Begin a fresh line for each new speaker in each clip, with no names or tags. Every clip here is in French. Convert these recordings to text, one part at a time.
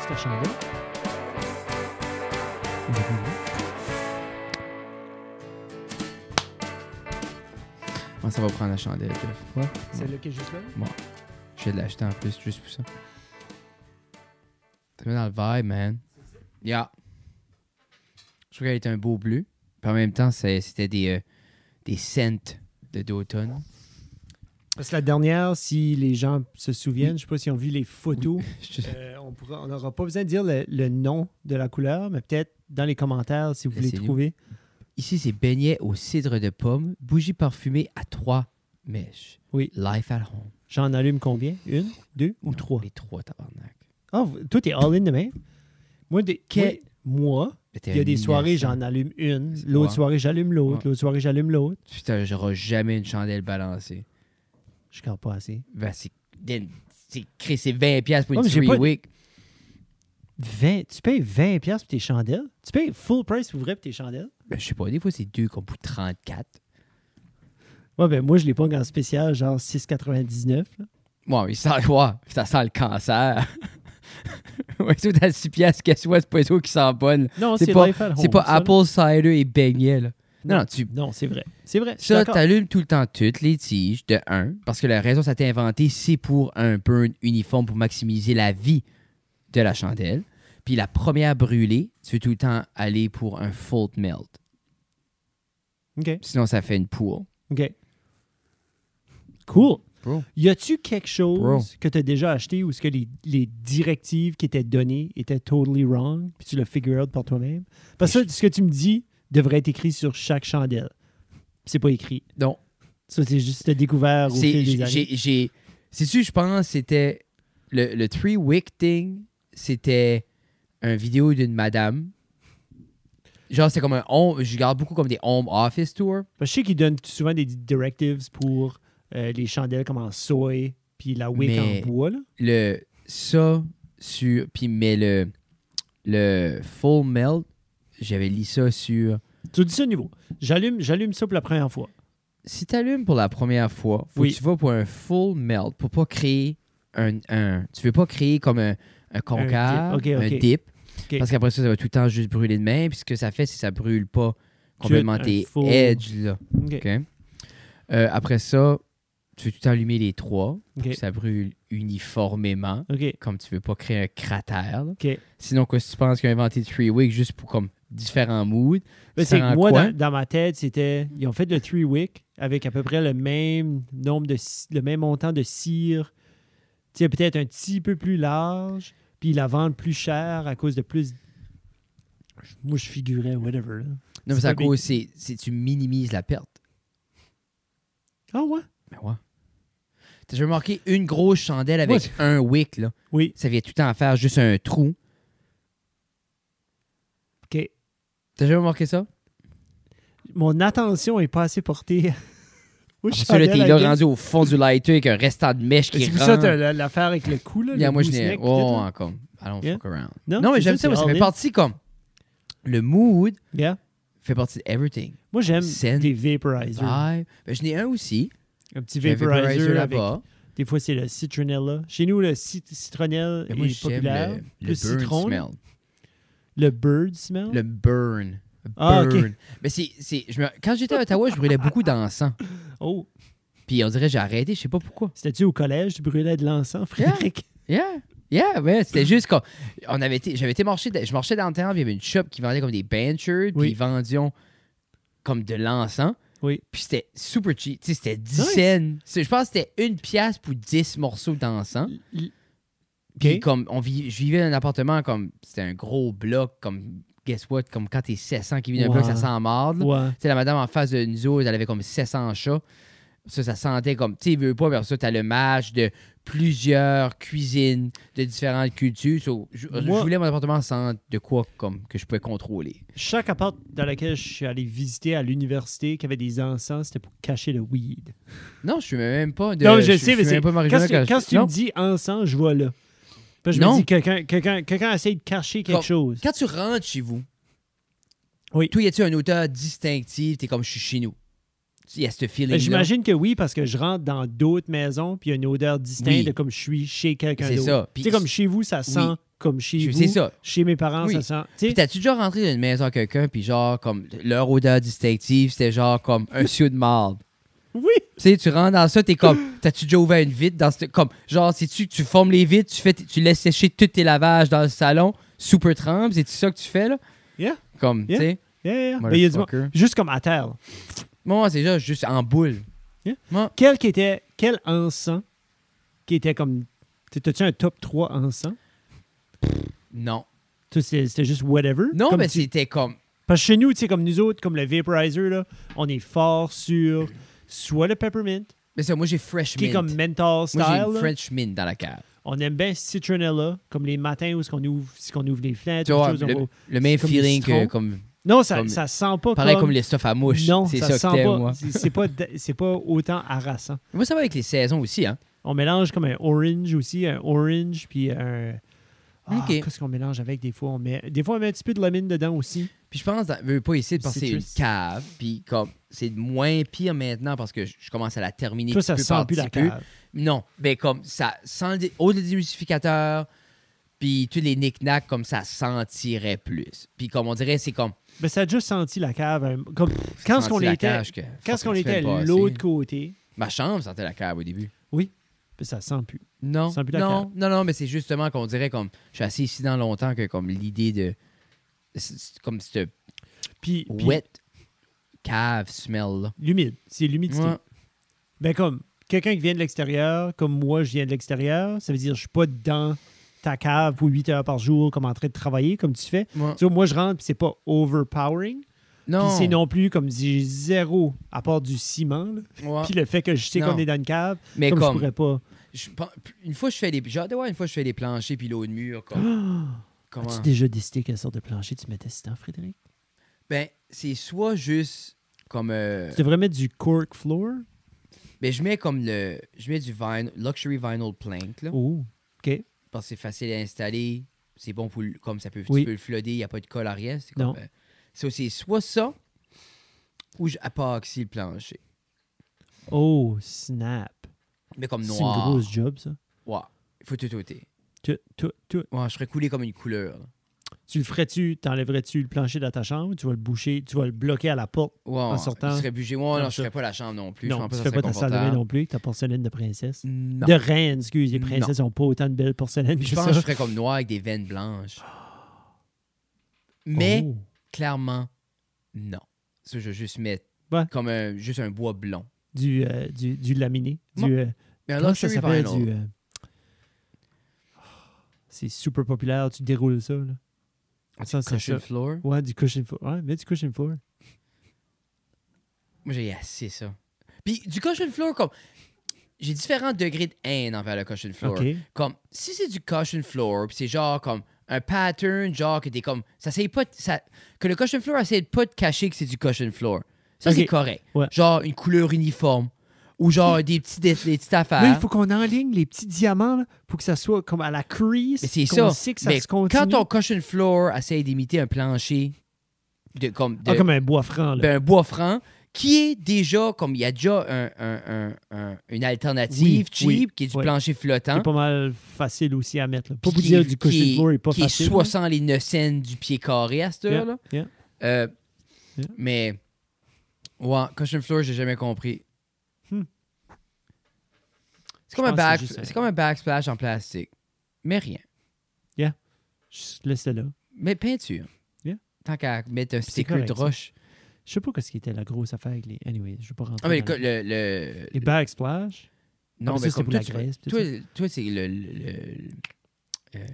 ce cochon-là.
Ah, ça va prendre la chandelle, Jeff.
Celle-là qui est juste là.
Je vais l'acheter en plus, juste pour ça. Ça met dans le vibe, man. Yeah. Je trouve qu'elle était un beau bleu. Puis en même temps, c'est- c'était des, euh, des scents de d'automne.
Parce que la dernière, si les gens se souviennent, je sais pas si ont vu les photos,
Je-
euh, on pourra- on n'aura pas besoin de dire le, le nom de la couleur, mais peut-être dans les commentaires si vous voulez
Laissez-nous.
trouver.
Ici, c'est beignet au cidre de pomme, bougie parfumée à trois mèches.
Oui.
Life at home.
J'en allume combien? Une, deux ou
Non,
trois?
Les trois, tabarnak.
Ah, vous- toi, t'es all-in demain. Moi, des,
Que-
moi,
Mais t'es
il y a
un
des soirées,
innocent.
j'en allume une.
C'est
L'autre
quoi?
soirée, j'allume l'autre.
Ouais.
L'autre soirée, j'allume l'autre.
Putain, j'aurai jamais une chandelle balancée.
Je ne pas assez.
Ben, c'est. Den- C'est Chris, c'est 20$ piastres pour
Oh,
une
mais j'ai
three
pas-
week.
20, tu payes 20$ piastres pour tes chandelles? Tu payes full price pour vrai pour tes chandelles?
Ben, je sais pas, des fois, c'est deux qu'on pour 34.
Ouais, ben moi, je les pongue en spécial, genre 6,99$. là.
Ouais, mais ça, ouais, ça sent le cancer. ouais, c'est à 6 piastres, qu'est-ce que c'est pas les autres qui sent bonne.
Non,
C'est
c'est
pas-
Life at
C'est
Home,
pas
Oh, ça, là.
apple cider et beignet, là. Non, non, tu...
Non, c'est vrai. C'est vrai. je suis
Ça,
d'accord.
t'allumes tout le temps toutes les tiges de 1, parce que la raison ça t'est inventé, c'est pour un burn uniforme pour maximiser la vie de la chandelle. Puis la première brûlée, tu veux tout le temps aller pour un full melt.
OK.
Sinon, ça fait une poule.
OK. Cool.
Bro.
Y a-tu quelque chose
Bro.
que tu as déjà acheté ou est-ce que les, les directives qui étaient données étaient totally wrong puis tu l'as figure out par toi-même? Parce que ça, ce que tu me dis devrait être écrit sur chaque chandelle. C'est pas écrit.
Non.
Ça, c'est juste t'as découvert au
C'est,
fil des
j'ai,
années.
j'ai, j'ai- sais-tu, je pense, c'était le, le three wick thing, c'était une vidéo d'une madame. Genre, c'est comme un home, je garde beaucoup comme des home office tours.
Parce que je sais qu'ils donnent souvent des directives pour euh, les chandelles comme en soy puis la wick
Mais-
en bois. Là.
Le ça sur, puis mais le le full melt, j'avais lu ça sur.
Tu dis ça au niveau. J'allume, j'allume ça pour la première fois.
Si t'allumes pour la première fois, faut
Oui.
que tu vas pour un full melt pour pas créer un, un tu veux pas créer comme un un concave,
dip. Ok, ok.
un dip.
Ok.
Parce qu'après ça, ça va tout le temps juste brûler de main. Puis ce que ça fait, c'est que ça brûle pas complètement
un
tes
full-
edges. Là.
OK.
OK? Euh, après ça, tu veux tout le temps allumer les trois. pour
OK.
que ça brûle uniformément.
OK.
Comme tu veux pas créer un cratère. là.
OK.
Sinon, qu'est-ce que tu penses qu'ils ont inventé le Three Wick juste pour comme différents moods?
Ben,
Ça
c'est
rend
que moi,
quoi?
dans, dans ma tête, c'était. Ils ont fait le three wick avec à peu près le même nombre de ci- le même montant de cire. Tu sais, peut-être un petit peu plus large, puis ils la vendent plus cher à cause de plus. Moi, je figurais, whatever. là.
Non, mais
C'est
c'est à
pas
cause, c'est, c'est- tu minimises la perte.
Ah ouais?
Ben ouais. T'as jamais remarqué une grosse chandelle avec
Moi,
un wick, là.
Oui.
Ça vient tout le temps faire juste un trou.
OK.
T'as jamais remarqué ça?
Mon attention est pas assez portée. Moi,
Après ça, Ah, là,
chandelle
t'es là
avec-
rendu au fond du lighter avec un restant de mèche qui
C'est pour ça
rentre.
t'as la- l'affaire avec le cou, là.
Yeah,
le
moi, je n'ai.
gooseneck,
Oh,
peut-être, là.
ouais, comme. Allons,
Yeah.
fuck around.
Non,
Non, mais
c'est
j'aime
juste
ça, parce que ça
all
fait
in.
partie comme. Le mood
Yeah.
fait partie de everything.
Moi, j'aime
Scène.
des vaporizers.
Vibe. Ben, je n'ai un aussi.
Un petit
J'ai un
vaporizer, avec
là-bas.
Des fois, c'est le citronella. Chez nous, le ci- citronnelle
Mais Ben, moi,
est
j'aime
populaire.
le, le
le
burn
citron.
smell.
Le bird smell.
Le burn.
Ah, ok.
Burn. Mais c'est. c'est- je me- Quand j'étais à Ottawa, je brûlais beaucoup d'encens.
Oh,
Puis on dirait, j'ai arrêté, je sais pas pourquoi.
c'était-tu au collège? Tu brûlais de l'encens, Frédéric?
Yeah. Yeah, ouais, c'était juste qu'on- on avait été, j'avais été marcher, je marchais dans le terrain, puis il y avait une shop qui vendait comme des banchers, puis
Oui.
ils vendions comme de l'encens.
Oui.
Puis c'était super cheap, tu sais, c'était 10
Nice.
cents. C'est- Je pense que c'était une pièce pour 10 morceaux d'encens.
L-
Puis
OK.
comme on vit, je vivais dans un appartement comme c'était un gros bloc comme guess what comme quand t'es 700 qui vit dans un
Ouais.
bloc ça sent mort. là.
Ouais.
Tu sais, la madame en face de nous autres, elle avait comme 700 chats. Ça, ça sentait comme, tu sais, veux pas, mais après ça, t'as le match de plusieurs cuisines de différentes cultures. So, je, je
Moi-
voulais mon appartement sans de quoi comme que je pouvais contrôler.
Chaque appart dans lequel je suis allé visiter à l'université qui avait des encens, c'était pour cacher le weed.
Non, je suis même pas de.
non, je,
suis
sais, mais
même
c'est...
pas
Quand,
marijuana
tu- quand
je-
tu
non.
me dis encens, je vois là. Parce que je
Non.
me dis, quelqu'un, quelqu'un, quelqu'un essaie de cacher quelque
Comme-
chose.
Quand tu rentres chez vous,
Oui.
toi, y a-tu un odeur distinctive? T'es comme, je suis chez nous. Il y a ce feeling.
Ben, J'imagine que oui, parce que je rentre dans d'autres maisons, puis il y a une odeur distincte
Oui.
de comme je suis chez quelqu'un
C'est
d'autre.
ça. Puis-
Tu sais, comme chez vous, ça sent comme chez
Tu-
vous.
c'est ça.
Chez mes parents,
Oui.
ça sent. tu sais,
Puis t'as-tu déjà rentré dans une maison à quelqu'un, puis genre, comme, leur odeur distinctive, c'était genre comme un cieux de marde.
oui.
Tu sais, tu rentres dans ça, t'es comme, t'as-tu déjà ouvert une vitre dans ce. Comme, genre, si tu, tu formes les vitres, tu, fais, tu laisses sécher tous tes lavages dans le salon, super trempe, c'est-tu ça que tu fais, là?
Yeah.
Comme,
Yeah.
tu sais.
Yeah, yeah. Mais il y a du monde-
Motherfucker.
Juste comme à terre. là.
Moi, c'est genre juste en boule.
Quel qui était. Quel encens qui était comme. tu- T'as-tu un top 3 encens?
Non.
Tu sais, C'était c'était juste whatever.
Non,
Comme
mais
tu-
c'était comme.
Parce que chez nous, tu sais, comme nous autres, comme le Vaporizer, là, on est fort sur soit le peppermint,
Mais ça, moi, j'ai fresh
qui
mint.
est comme menthol style.
moi, j'ai une
là.
French mint dans la cave.
On aime bien citronella, comme les matins où est-ce qu'on ouvre, si qu'on ouvre les fenêtres.
Tu vois,
ou quelque chose, on
le,
va-
le même
comme
feeling
du citron.
que comme.
Non, ça,
comme-
ça sent pas
Pareil
comme...
comme les stuff à mouche.
Non,
c'est
ça,
ça, que
sent
t'aimes,
pas.
moi.
C'est- C'est pas, c'est pas autant harassant.
Moi, ça va avec les saisons aussi, hein.
On mélange comme un orange aussi, un orange, puis un... Ah,
Ok.
Qu'est-ce qu'on mélange avec des fois? On met... Des fois, on met un petit peu de lemon dedans aussi.
Puis je pense, dans- veux pas essayer de penser une
Citrus.
cave, puis comme c'est moins pire maintenant parce que je je commence à la terminer.
Toi,
petit
ça
peu
sent
par
plus
petit
la
peu.
cave.
Non, mais comme ça sent le- au démulsificateur, puis tous les knick-knacks, comme ça sentirait plus. Puis comme on dirait, c'est comme.
Mais ça a juste senti la cave. un- Comme... Quand ce
senti
qu'on
la
était,
cage que-
quand
fuck,
ce qu'on
la
était
semaine
de
passée.
l'autre côté,
Ma chambre sentait la cave au début.
ben, ça sent plus.
Non,
Sans but la
non, non, non, mais c'est justement qu'on dirait comme je suis assis ici dans longtemps que comme l'idée de c'est- c'est comme cette
Puis, puis
wet cave smell là.
l'humide, c'est l'humidité.
Ouais.
Ben comme quelqu'un qui vient de l'extérieur, comme moi, je viens de l'extérieur, ça veut dire je suis pas dans ta cave pour 8 heures par jour, comme en train de travailler, comme tu fais.
Ouais.
Tu vois, moi, je rentre, puis c'est pas overpowering. Puis
Non.
c'est non plus, comme si j'ai zéro, à part du ciment, là.
Ouais.
puis le fait que je sais
Ah. Non.
qu'on est dans une cave,
mais
comme,
comme,
je pourrais pas.
je pen- une fois je fais les j'ai hâte de voir une fois je fais les planchers puis l'eau de mur comme comment
Ah, As-tu déjà décidé quelle sorte de plancher tu mettais dedans, Frédéric?
ben c'est soit juste comme euh,
Tu devrais mettre du cork floor?
ben je mets comme le je mets du vin, luxury vinyl plank là,
Oh, OK.
parce que c'est facile à installer, c'est bon pour le- comme ça peut
Oui.
tu peux le flooder, il n'y a pas de colle arrière, c'est comme
Non.
euh, ça, c'est soit ça ou j'apaxie le plancher.
Oh, snap.
Mais comme
C'est une
noir.
grosse job, ça.
Ouais. Il faut tout ôter.
Tout, tout, tout.
Ouais, je serais coulé comme une couleur. là.
Tu le ferais-tu, t'enlèverais-tu le plancher de ta chambre, tu vas le boucher, tu vas le bloquer à la porte
Ouais,
En
ouais.
sortant-
Je serais bugé. Ouais, non,
Comme
je
ça.
ferais pas la chambre non plus. je
Non,
pense
tu
ça
fais pas
serait
ta salle de bain
confortable.
non plus avec ta porcelaine de princesse.
Non.
De reine, excuse, les
Non.
princesses n'ont pas autant de belles porcelaines que
Je pense
ça.
que je ferais comme noir avec des veines blanches. Mais
Oh.
clairement, non. Ça, je vais juste mettre
Ouais.
comme un, juste un bois blond.
Du, euh, du, du laminé.
Bon.
Du, euh,
Mais un
comment ça
luxury
s'appelle?
vinyl.
Du, euh, C'est super populaire, tu déroules ça. Là.
Ah, tu
ça, c'est
coches
ça.
le floor.
Ouais, du cushion floor. Ouais, mets du cushion hein. floor.
Moi, j'ai assez ça. Puis du cushion floor, comme. J'ai différents degrés de haine envers le cushion floor.
OK.
Comme, si c'est du cushion floor, puis c'est genre comme un pattern, genre que t'es comme. Ça essaye pas. de- ça- que le cushion floor essaie de pas de cacher que c'est du cushion floor. Ça,
OK.
c'est correct.
Ouais.
Genre une couleur uniforme. Ou genre des, petits, dé- des petites affaires.
Là, il faut qu'on enligne les petits diamants là, pour que ça soit comme à la crease.
Mais c'est
qu'on
ça.
sait que ça
Mais
se continue.
quand ton cushion floor essaie d'imiter un plancher, de, comme, de-
Ah, comme un bois franc. Là.
ben, un bois franc, qui est déjà, comme il y a déjà un- un- un- un- une alternative
Oui,
cheap,
oui,
qui est du
oui.
plancher flottant.
C'est pas mal facile aussi à mettre. Là. Pas
hein? puis
vous
qui
dire
est-
du
qui
cushion
est-
floor est pas
qui
facile. hein.
est 60 les 9 cents du pied carré à cette
Yeah,
heure-là.
yeah.
Euh,
Yeah.
Mais, ouais, cushion floor, j'ai jamais compris.
Hmm.
C'est comme,
Je pense
un
que
back-
c'est juste un-
c'est comme un backsplash en plastique, mais rien.
Je laisse là.
Mais peinture.
Yeah.
Tant qu'à mettre un
c'est
sticker
correct,
de
ça.
roche.
Je sais pas ce qui était la grosse affaire avec les. Anyway, je vais pas rentrer.
Ah, mais
dans
le. le, le-
les backsplash.
non,
mais ça,
mais
c'est
comme
pour
toi,
la
tu-
Grèce,
Toi,
peut-être.
toi, c'est le. le- le- euh,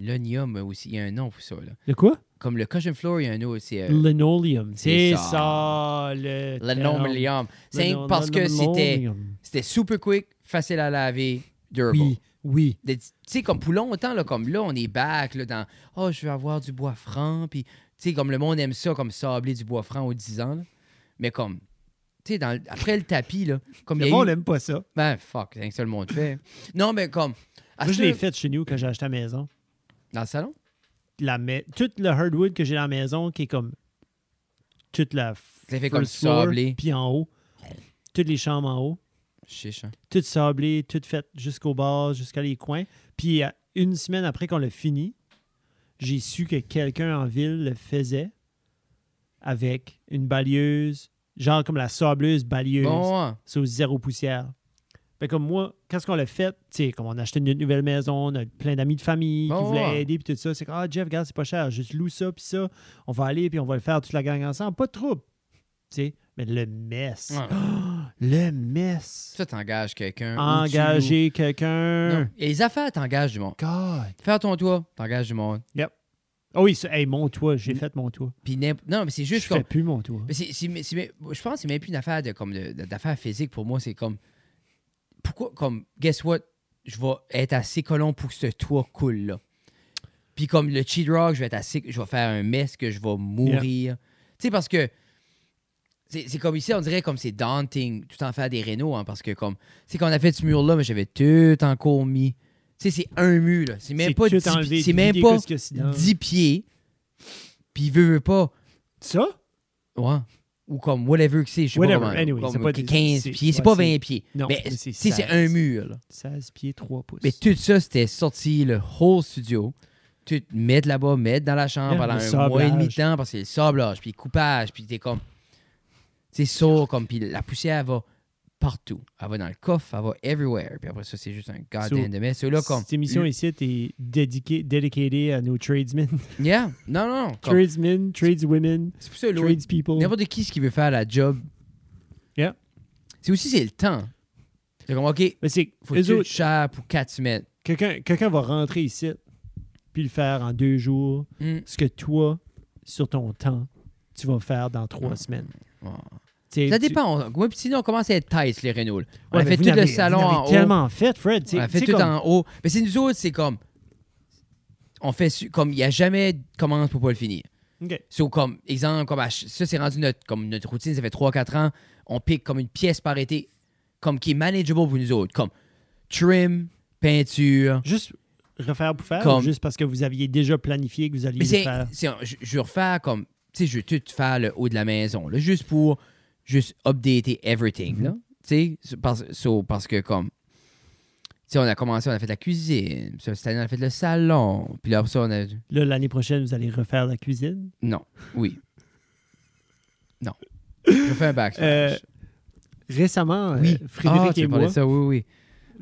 L'onium aussi. Il y a un nom pour ça. Là.
Le quoi
Comme le cushion floor, il y a un nom aussi. euh,
Linoleum.
c'est
C'est
ça.
ça. Le
le
terme.
linoleum. C'est
Lino-
parce que c'était
linoleum.
c'était super quick, facile à laver, durable.
Oui, oui.
Des- Tu sais, comme pour longtemps, là, comme là, on est back là, dans Oh, je veux avoir du bois franc. Puis, tu sais, comme le monde aime ça, comme sabler du bois franc aux 10 ans. là. Mais comme, tu sais, dans le- après le tapis, là, comme il
Le
y a eu-
monde n'aime pas ça.
Ben, fuck, c'est rien que ça le monde fait. Non, mais comme. à
Moi, je
ce-
l'ai fait chez nous quand j'ai acheté la maison.
Dans le salon?
La ma- Tout le hardwood que j'ai dans la maison, qui est comme. Toute la.
Tu l'as fait
first
comme
floor,
sablé.
Puis en haut. Toutes les chambres en haut.
Chiche, hein.
Toutes sablées, toutes faites jusqu'au bord, jusqu'à les coins. Puis euh, une semaine après qu'on l'a fini, j'ai su que quelqu'un en ville le faisait avec une balieuse, genre comme la sableuse balieuse,
Bon, hein. ouais.
sauf zéro poussière. Fait comme moi, quand on l'a fait, tu sais, comme on a acheté une nouvelle maison, on a plein d'amis de famille qui
Bon,
voulaient
ouais.
aider, puis tout ça, c'est comme, ah, Jeff, regarde, c'est pas cher, juste loue ça, puis ça, on va aller, puis on va le faire toute la gang ensemble, pas de trouble. Tu sais, mais le mess,
Ouais.
le mess.
Ça, t'engages quelqu'un. ou tu loues.
Engager
Non.
quelqu'un.
Et les affaires, t'engages du monde.
God.
Faire ton toit, t'engages du monde.
Ah oui, ça- hey, mon toit, j'ai fait mon toit.
Puis n'imp- non, mais c'est
Je
Mm. juste comme.
fais plus mon toit.
Mais c'est- c'est- mais c'est- mais je pense que c'est même plus une affaire de comme de- de- d'affaire physique pour moi. C'est comme pourquoi comme guess what, je vais être assez colon pour que ce toit cool là. Puis comme le cheat rock, je vais être assez, je vais faire un mess que je vais mourir. Tu sais parce que c'est c'est comme ici, on dirait comme c'est daunting tout en faire des rénaux hein, parce que comme c'est qu'on a fait ce mur là, mais j'avais tout encore mis. Tu sais, c'est un mur là, c'est même pas
tout
dix-
enlevé,
c'est même
vider
pas
qu'est-ce hein. qu'il y a si dedans.
10 pieds. Puis veut veut pas
Ça?
Ouais. Ou comme whatever que c'est, je sais
Whatever,
pas comment.
anyway,
comme
c'est pas des-
15
c'est-
pieds, c'est
ouais,
pas
c'est-
20 pieds.
Non,
mais
mais c'est
c'est c'est
seize.
un mur. là.
16 pieds, 3 pouces.
Mais tout ça, c'était sorti le whole studio. Tout mettre là-bas, mettre dans la chambre
Yeah,
pendant
le
un
sablage.
mois et demi de temps parce que c'est le sablage, puis coupage, puis t'es comme. C'est sourd, comme, puis la poussière elle va partout. Elle va dans le coffre, elle va everywhere. Puis après ça, c'est juste un
So-
goddamn de mess. So là, comme.
Cette émission ici est dédiquée- dédiée à nos tradesmen.
Yeah, non, non. comme-
tradesmen, tradeswomen,
C'est pour ça, l'autre-
tradespeople.
N'importe qui ce qui veut faire la job.
Mm. Yeah.
C'est aussi c'est le temps. C'est comme OK,
Mais c'est
faut
eux
que tu
autres,
te cher pour 4 semaines.
quelqu'un quelqu'un va rentrer ici puis le faire en deux jours.
Mm.
Ce que toi, sur ton temps, tu vas faire dans trois
Ouais.
semaines.
Ouais.
Tu sais,
Ça
tu-
dépend. On- Moi, puis sinon, on commence à être tight, les Renault. On
Ouais,
a
mais
fait
vous
tout le
n'avez- vous
salon
n'avez
en haut.
tellement fait, Fred. tu sais-
on a fait
tu sais
tout
comme-
en haut. Mais c'est nous autres, c'est comme. On fait su- comme il n'y a jamais de commence pour pas le finir.
Ok.
So, comme exemple, comme à ch- ça c'est rendu notre, comme notre routine, ça fait 3-4 ans, on pique comme une pièce par été, comme qui est manageable pour nous autres, comme trim, peinture,
Juste refaire pour faire,
Comme-
ou juste parce que vous aviez déjà planifié que vous alliez
Mais
le
c'est,
faire.
c'est un- je, je vais refaire comme, tu sais, je vais tout faire le haut de la maison, là, juste pour, juste updater
Mhm.
everything, là. Tu sais, c'est parce, so, parce que comme, tu sais, on a commencé, on a fait la cuisine, puis cette année, on a fait le salon, puis là, après ça, on a,
Là, l'année prochaine, vous allez refaire la cuisine.
non, oui. Non. Je fais un backslash.
Euh, Récemment, euh,
Ah,
Frédéric
tu
et
parlais
moi,
de ça, oui, oui.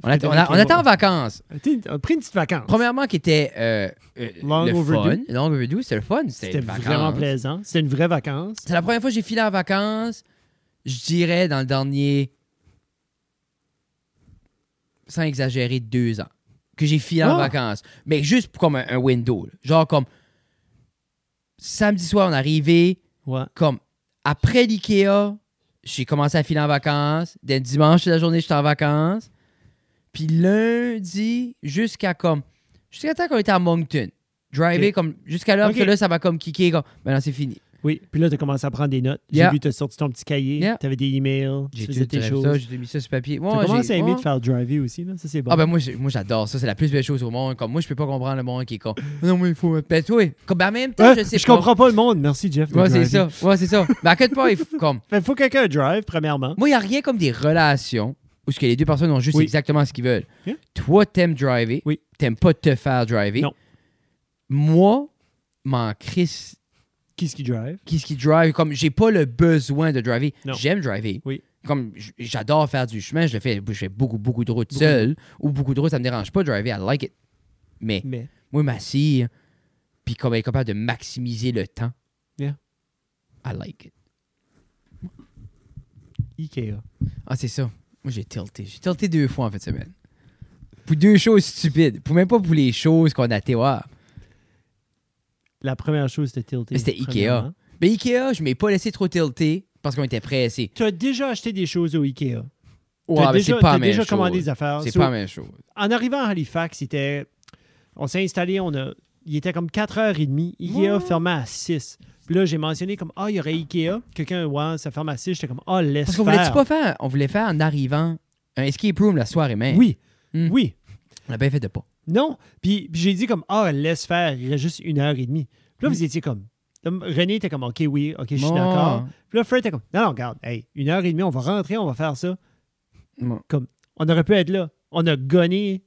On, attend- on
Frédéric
a- on
et
attend
moi.
en vacances.
tu sais, on a pris une petite vacance.
Premièrement, qui était euh, euh,
Long
le
overdue.
fun. Long overdue, c'était le fun. C'était,
C'était
les vacances.
vraiment plaisant. C'était une vraie vacance.
C'est la première fois que j'ai filé en vacances, je dirais, dans le dernier. Sans exagérer, deux ans. Que j'ai filé en
Ah!
vacances. Mais juste comme un, un window. là. Genre comme. Samedi soir, on est arrivé.
Ouais.
Comme. Après l'IKEA, j'ai commencé à filer en vacances. Dès dimanche, c'est la journée, j'étais en vacances. Puis lundi, jusqu'à comme. Jusqu'à temps qu'on était à Moncton. Driver,
Ok.
comme. Jusqu'à là,
Ok.
parce que là, ça m'a comme kické. Comme, maintenant, c'est fini.
Oui. Puis là, tu as commencé à prendre des notes. J'ai
Yeah.
vu, tu as sorti ton petit cahier.
Yeah.
Tu avais des emails. Tu
J'ai
faisais
tout
tes
tes
choses.
ça,
Tu
j'ai mis ça sur papier. Moi,
as commencé
j'ai-
à aimer
moi-
de faire driver aussi. Là. Ça, c'est bon.
Ah ben moi, j'ai- moi j'adore ça, c'est la plus belle chose au monde. Comme moi je peux pas comprendre le monde qui est con. Non mais il faut ben toi, comme ben, en même temps
Ouais,
je sais pas.
Euh, comprends pas le monde. Merci, Jeff. de
Ouais, c'est
driver.
ça. Ouais, c'est ça. Mais à quel point il faut comme
Fait, faut que quelqu'un drive, premièrement.
moi il y a rien comme des relations où ce que les deux personnes ont juste
Oui.
exactement ce qu'ils veulent.
Hein?
Toi t'aimes driver,
Oui.
t'aimes pas te faire driver.
Non.
Moi m'en crisse
Qui ce qui drive?
qu'est-ce qui drive. Comme j'ai pas le besoin de driver.
Non.
J'aime driver.
Oui.
Comme j- j'adore faire du chemin, je le fais, je fais beaucoup, beaucoup de routes
Beaucoup.
seul ou beaucoup de routes, ça me dérange pas de driver, I like it. Mais
Mais
moi, ma scie, puis comme elle est capable de maximiser le temps,
Yeah.
I like it.
Ikea.
Ah, c'est ça. Moi, j'ai tilté. J'ai tilté deux fois en fait semaine. Pour deux choses stupides. Pour même pas pour les choses qu'on a théoire.
La première chose, c'était tilter.
Mais c'était Ikea.
premièrement.
Mais Ben, Ikea, je m'ai pas laissé trop tilter parce qu'on était pressés.
Tu as déjà acheté des choses au Ikea.
Ouais,
T'as
mais
déjà,
c'est pas
t'as
la même
déjà commandé
chose.
des affaires.
C'est
So,
pas la même chose.
En arrivant à Halifax, c'était. On s'est installé, on a. Il était comme 4h30. Ikea
Ouais.
fermait à 6. Puis là, j'ai mentionné comme Ah, il y aurait Ikea. Quelqu'un, ouais, ça ferme à 6. J'étais comme Ah, laisse
Parce qu'on voulait
faire.
pas faire, on voulait faire en arrivant un escape room la soirée même.
Oui.
Hmm.
Oui.
On a bien fait de pas.
Non. Puis, puis j'ai dit comme Ah, laisse faire. Il reste juste une heure et demie. Puis là,
Mm.
vous étiez comme. là, René était comme OK, oui, OK, je suis
Bon.
d'accord. Puis là, Fred était comme Non, non, regarde, hey, une heure et demie, on va rentrer, on va faire ça.
Bon.
On aurait pu être là. On a gagné,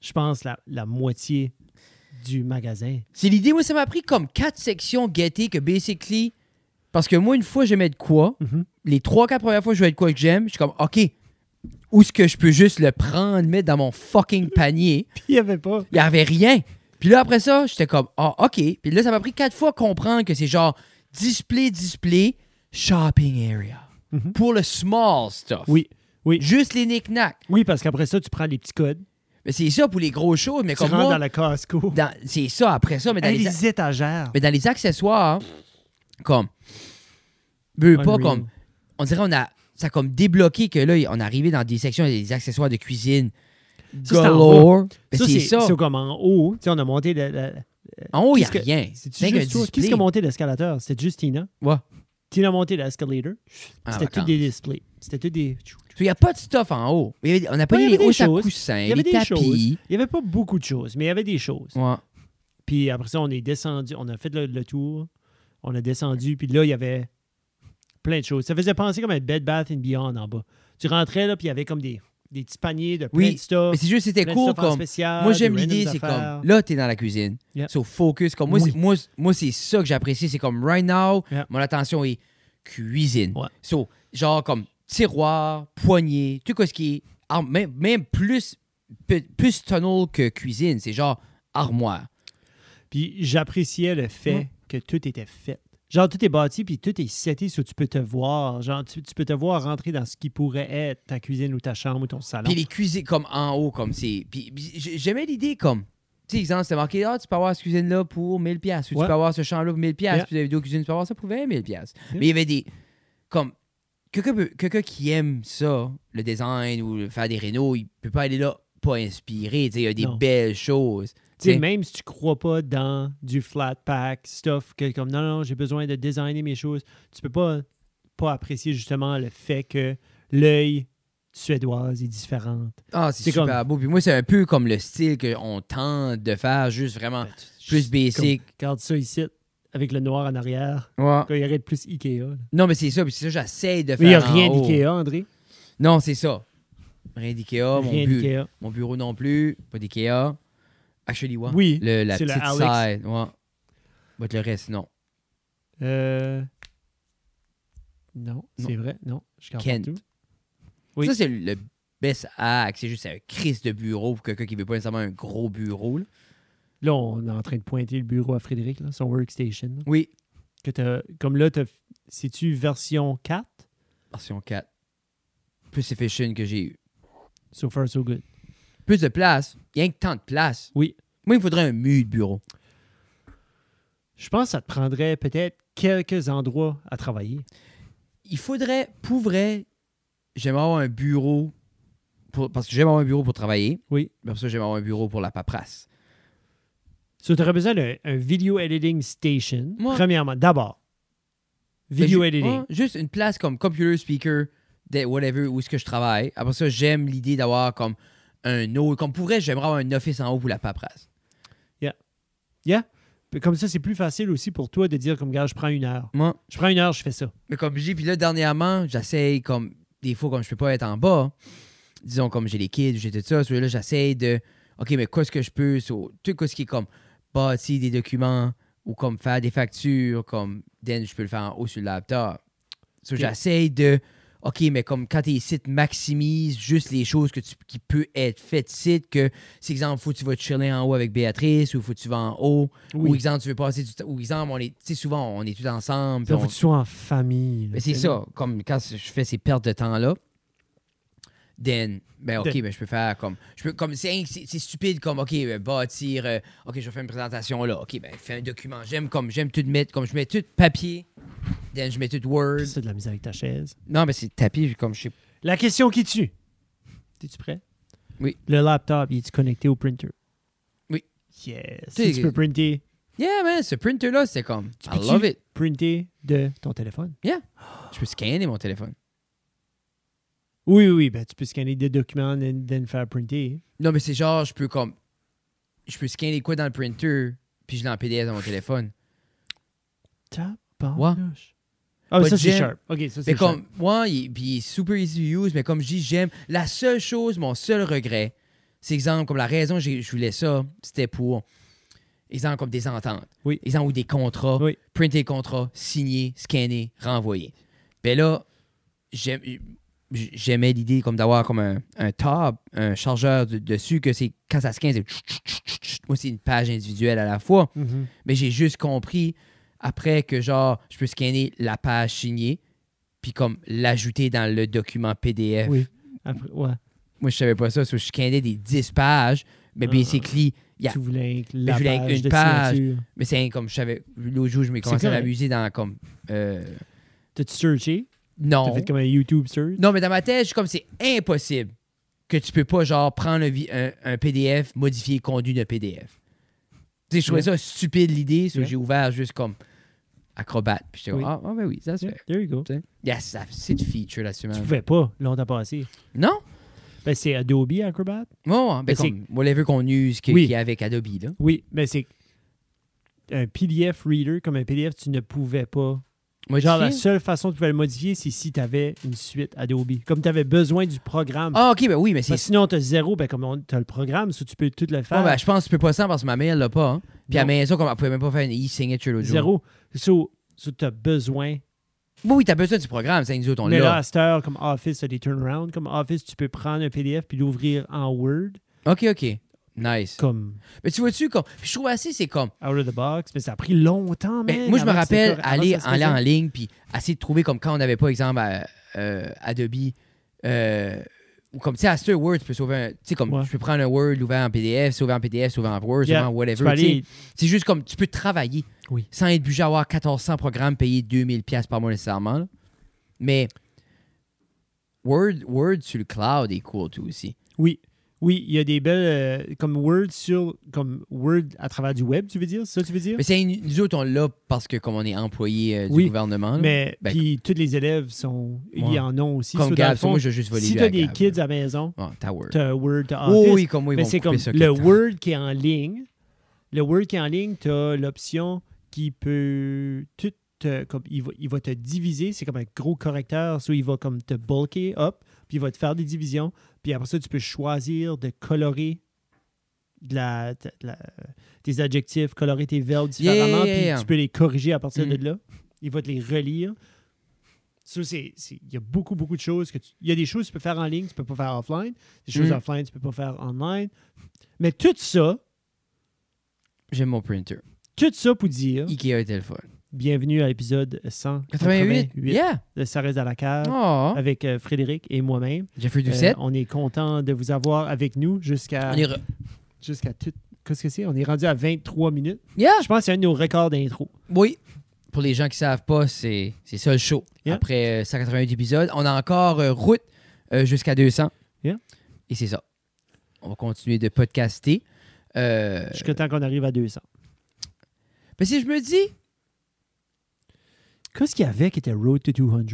je pense, la, la moitié du magasin.
C'est l'idée, moi, ça m'a pris comme quatre sections guettées que basically. Parce que moi, une fois, j'aimais de quoi.
Mhm.
Les trois, quatre premières fois, je jouais de quoi que j'aime. Je suis comme, OK, où est-ce que je peux juste le prendre, mettre dans mon fucking panier?
Puis il n'y avait pas.
Il n'y avait rien. Puis là, après ça, j'étais comme, ah, OK. Puis là, ça m'a pris quatre fois comprendre que c'est genre display, display, shopping area.
Mhm.
Pour le small stuff.
Oui, oui.
Juste les knick-knacks.
Oui, parce qu'après ça, tu prends les petits codes.
Mais c'est ça pour les grosses choses. Mais
Tu
comme
rentres
moi,
dans le Costco.
dans- c'est ça après ça. Mais dans
Hey,
les,
les étagères.
mais dans les accessoires, comme, veux pas,
Unreal.
comme, on dirait on a, ça a comme débloqué que là, on est arrivé dans des sections des accessoires de cuisine.
Ça, c'est en
Galore. Mais
ça,
c'est
c'est
ça.
c'est comme en haut. Tu sais, on a monté. le- le-
En haut, il n'y a
Qu'est-ce que-
rien.
C'est-tu
C'est un
juste toi? Qui est-ce qui
display.
a monté l'escalateur? C'était juste Tina.
Ouais.
Tina a monté l'escalator.
Ah,
C'était tous
vacances.
des displays. C'était tous des.
Il n'y a pas de stuff en haut. Il y avait- on n'a pas
Ouais, il y
mis les
avait des
hauts à
choses.
coussins,
Il y avait
les
des
tapis.
Il n'y avait pas beaucoup de choses, mais il y avait des choses.
Ouais.
Puis après ça, on est descendu, on a fait le, le tour, on a descendu, puis là, il y avait plein de choses. Ça faisait penser comme un Bed Bath and Beyond en bas. Tu rentrais là, puis il y avait comme des, des petits paniers de plein
Oui,
de stuff.
Mais c'est juste, c'était
plein de
cool
stuff en
comme.
spécial,
Moi, j'aime
des
l'idée,
random
c'est
affaires.
comme là, t'es dans la cuisine.
Yeah.
So focus. Comme moi,
Oui.
c'est- moi, c'est- moi, c'est ça que j'apprécie. C'est comme right now,
Yeah.
mon attention est cuisine.
Ouais.
So, genre comme tiroir, poignée, tout ce qui est. ar- Même, même plus, pe- plus tunnel que cuisine. C'est genre armoire.
Puis j'appréciais le fait
Ouais.
que tout était fait. Genre, tout est bâti, puis tout est seté, so tu peux te voir. Genre, tu, tu peux te voir rentrer dans ce qui pourrait être ta cuisine ou ta chambre ou ton salon.
Puis les cuisines comme en haut, comme c'est. Puis puis j- j'aimais l'idée comme. Tu sais, exemple, c'était marqué, ah, tu peux avoir cette cuisine-là pour 1000$, pièces ou
Ouais.
tu peux avoir ce champ-là pour 1000$,
Yeah.
pièces puis la vidéo cuisine, tu peux avoir ça pour 20 000$. piastres. Mais il y avait des. Comme. Quelqu'un peut- quelqu'un qui aime ça, le design ou le faire des rénaux, il peut pas aller là pas inspiré. Tu sais, il y a des
Non.
belles choses.
Tu sais,
T'sais.
même si tu crois pas dans du flat pack stuff, que comme non, non, j'ai besoin de designer mes choses, tu peux pas, pas apprécier justement le fait que l'œil suédoise est différente.
Ah, c'est
C'est
super beau. Puis moi, c'est un peu comme le style qu'on tente de faire, juste vraiment
Ben, tu-
Ah, plus
comme,
basic.
Regarde ça ici, avec le noir en arrière.
Ouais.
Quand il aurait plus Ikea. là.
Non, mais c'est ça. Puis c'est ça, j'essaie de faire.
Mais il n'y a
en
rien
haut.
d'Ikea, André.
Non, c'est ça. Rien d'Ikea, Oh, mon
rien
but.
d'Ikea.
Mon bureau non plus, pas d'IKEA. Ashley Watt.
Oui,
Le, la
c'est
petite
le Alex.
side. Ouais. But le reste, non.
Euh, Non, c'est vrai. Non, je comprends
Kent.
tout. Oui.
Ça, c'est le best hack. C'est juste un crise de bureau pour quelqu'un qui veut pas nécessairement un gros bureau. là.
Là, on est en train de pointer le bureau à Frédéric, là, son workstation. là.
Oui.
que t'as- comme là, t'as- c'est-tu version 4?
Version 4. Plus efficient que j'ai eu.
So far, so good.
Plus de place. Il y a que tant de place.
Oui.
Moi, il me faudrait un mur de bureau.
Je pense que ça te prendrait peut-être quelques endroits à travailler.
Il faudrait, pour vrai, j'aimerais avoir un bureau. pour- parce que j'aime avoir un bureau pour travailler.
Oui.
Parce que j'aime avoir un bureau pour la paperasse.
So, tu aurais besoin d'un un video editing station,
Moi- Ben,
premièrement, d'abord. Video
Fait que ju-
editing.
ouais, juste une place comme computer speaker, de- whatever, où est-ce que je travaille. Après ça, j'aime l'idée d'avoir comme un autre. Comme pourrait, j'aimerais avoir un office en haut pour la paperasse.
Puis Comme ça, c'est plus facile aussi pour toi de dire, comme, gars, je prends une heure.
Moi,
Je prends une heure, je fais ça.
mais comme j'ai, puis là, dernièrement, j'essaye comme des fois, comme je peux pas être en bas, disons comme j'ai les kids, j'ai tout ça, so là, j'essaye de, OK, mais qu'est-ce que je peux, so, tout ce qui est comme bâtir des documents ou comme faire des factures, comme, then, je peux le faire en haut sur le laptop. So,
Ok.
j'essaye de, OK, mais comme quand tes sites maximisent juste les choses que tu- qui peuvent être faites site, que, c'est exemple, faut que tu vas chiller en haut avec Béatrice ou faut que tu vas en haut, ou
Oui.
exemple, tu veux passer du temps, ou exemple, on est, tu sais, souvent, on est tous ensemble. puis
Ça,
on-
faut que tu sois en famille. là.
mais Ben, c'est ça, comme quand je fais ces pertes de temps-là, then, ben ok,
Then.
ben je peux faire comme, je peux, comme c'est, c'est- c'est stupide comme, ok, ben, bâtir, euh, ok, je vais faire une présentation là, ok, ben fais un document, j'aime comme, j'aime tout mettre, comme je mets tout papier, then je mets tout Word.
Qu'est-ce que t'as de la misère avec ta chaise.
Non, mais c'est tapis, comme je sais
La question qui tue. Es-tu prêt?
Oui.
Le laptop, il est connecté au printer?
Oui.
Yes.
T'sais-
Si tu peux printer
Yeah, man, ce printer-là, c'est comme,
Tu
I
peux-tu-
love it.
printer de ton téléphone.
Je peux scanner mon téléphone.
Oui, oui, oui, ben, tu peux scanner des documents et then faire printer.
Non, mais c'est genre, je peux comme, je peux scanner quoi dans le printer, puis je l'ai en PDF dans mon téléphone.
Tabarnouche. Ah, mais
Pas
ça,
de
c'est
gel.
sharp. OK, ça,
Mais
c'est sharp.
comme, moi, il, puis il est super easy to use, mais comme je dis, j'aime. La seule chose, mon seul regret, c'est exemple, comme la raison que j'ai- je voulais ça, c'était pour Ils ont comme des ententes.
Oui.
Ils ont des contrats.
Oui.
Printer les contrats, signer, scanner, renvoyer. Ben là, j'aime- j'aimais l'idée comme d'avoir comme un, un tab, un chargeur de- dessus que c'est quand ça scanne, c'est tchou, tchou, tchou, tchou, tchou. moi c'est une page individuelle à la fois.
Mhm.
Mais j'ai juste compris après que genre je peux scanner la page signée puis comme l'ajouter dans le document PDF.
Oui. Après, ouais.
Moi je savais pas ça, so, je scannais des 10 pages, mais
Ah.
basically Yeah.
Tu voulais un- la
je voulais
page
une
de
page.
signature.
mais c'est comme je savais l'autre jour je me commençais à
correct.
m'amuser dans comme euh,
T'as-tu searché? T'as
non.
fait comme un YouTube search?
Non, mais dans ma tête, je suis comme c'est impossible que tu peux pas genre prendre un, vi- un- un PDF, modifier le contenu d'un PDF. Tu sais, je trouvais ça stupide l'idée, so
Ouais.
j'ai ouvert juste comme Acrobat. Puis j'étais comme,
Oui.
ah, ah, ben oui, ça se
Yeah,
fait.
there you go.
Tu sais. Yes, ça- c'est une feature
Tu
là-dessus, man.
pouvais pas longtemps passé.
Non?
Ben, c'est Adobe Acrobat?
Bon, ben
Mais c'est-
comme whatever qu'on use que-
Oui.
qu'il y a avec Adobe, là.
Oui, mais c'est un PDF reader, comme un PDF, tu ne pouvais pas. Genre, la
Modifier?
seule façon que tu pouvais le modifier, c'est si tu avais une suite Adobe. Comme tu avais besoin du programme.
Ah, ok, ben oui, mais c'est.
Parce que sinon, tu as zéro, ben, comme tu as le programme, si tu peux tout le faire.
Bon, ben, je pense que tu peux pas ça parce que ma mère l'a pas. hein. Puis à la
Non.
maison, comme elle pouvait même pas faire une e-signature l'autre jour.
zéro. So, tu as besoin.
Oui, oui, t'as besoin du programme, ça nous autres, on
mais là,
l'a.
à cette heure, comme Office, tu as des turnarounds. Comme Office, tu peux prendre un PDF puis l'ouvrir en Word,
Ok, ok. Nice.
comme
Mais tu vois-tu, comme. puis je trouve assez, c'est comme.
out of the box. Mais ça a pris longtemps,
Ben,
man,
moi, je me
avant que c'était
rappelle
correct. Avant
aller,
que ça se
aller
faisait.
en ligne puis essayer de trouver comme quand on n'avait pas, exemple, à- euh, Adobe. euh, ou comme, tu sais, à ce Word, tu peux sauver un. Tu sais, comme,
Ouais.
tu peux prendre un Word, l'ouvrir en PDF, sauver en PDF, sauver en Word,
Yeah.
sauver en
Tu peux
whatever. tu sais.
aller-
C'est juste comme, tu peux travailler
Oui.
sans être obligé d'avoir 1400 programmes payés 2000$ piastres par mois nécessairement. là. Mais Word, Word sur le cloud est cool, tout aussi.
Oui. Oui, il y a des belles. euh, comme Word sur. Comme Word à travers du web, tu veux dire? Ça, tu veux dire?
Mais c'est une- nous autres, on l'a parce que, comme on est employé euh, du
Oui,
gouvernement. là.
Mais
Ben,
puis tous les élèves sont.
Ouais.
Ils en ont aussi. So,
comme
dans le
Gab,
fond,
moi, je vais juste voler
si
lui
tu
à
as des
Gab,
kids
là. Oh,
à la maison,
Ah, t'as Word.
tu as Word, tu
Oui,
Office.
oui, comme moi, ils
mais
vont
c'est
couper
comme
ça
le
quelque temps.
Word qui est en ligne. Le Word qui est en ligne, tu as l'option qui peut. Tout, te- comme, il, va, il va te diviser. C'est comme un gros correcteur. So, il va comme te bulker up. Puis il va te faire des divisions. Puis après ça, tu peux choisir de colorer de la, de la- tes adjectifs, colorer tes verbes
Yeah,
différemment.
yeah,
puis
yeah.
tu peux les corriger à partir
Mm.
de là. Il va te les relire. Ça, c'est- c'est- Il y a beaucoup, beaucoup de choses. que tu- Il y a des choses que tu peux faire en ligne, tu peux pas faire offline. Des choses
Mm.
offline, tu peux pas faire online. Mais tout ça,
J'aime mon printer.
tout ça pour dire,
Ikea téléphone.
bienvenue à l'épisode 188
88? Yeah!
de Ça reste à la cave
Oh!
avec euh, Frédéric et moi-même.
Jeffrey
Euh,
Doucette.
on est content de vous avoir avec nous jusqu'à
on est re-
jusqu'à tout. Qu'est-ce que c'est? On est rendu à 23 minutes.
Yeah!
Je pense que c'est un de nos records d'intro.
Oui. Pour les gens qui savent pas, c'est c'est ça le show.
Yeah.
Après euh, 188 épisodes, on a encore euh, route euh, jusqu'à 200.
Yeah.
Et c'est ça. On va continuer de podcaster. Euh,
Jusqu'à temps qu'on arrive à 200.
Mais si je me dis,
Qu'est-ce qu'il y avait qui était Road to 200?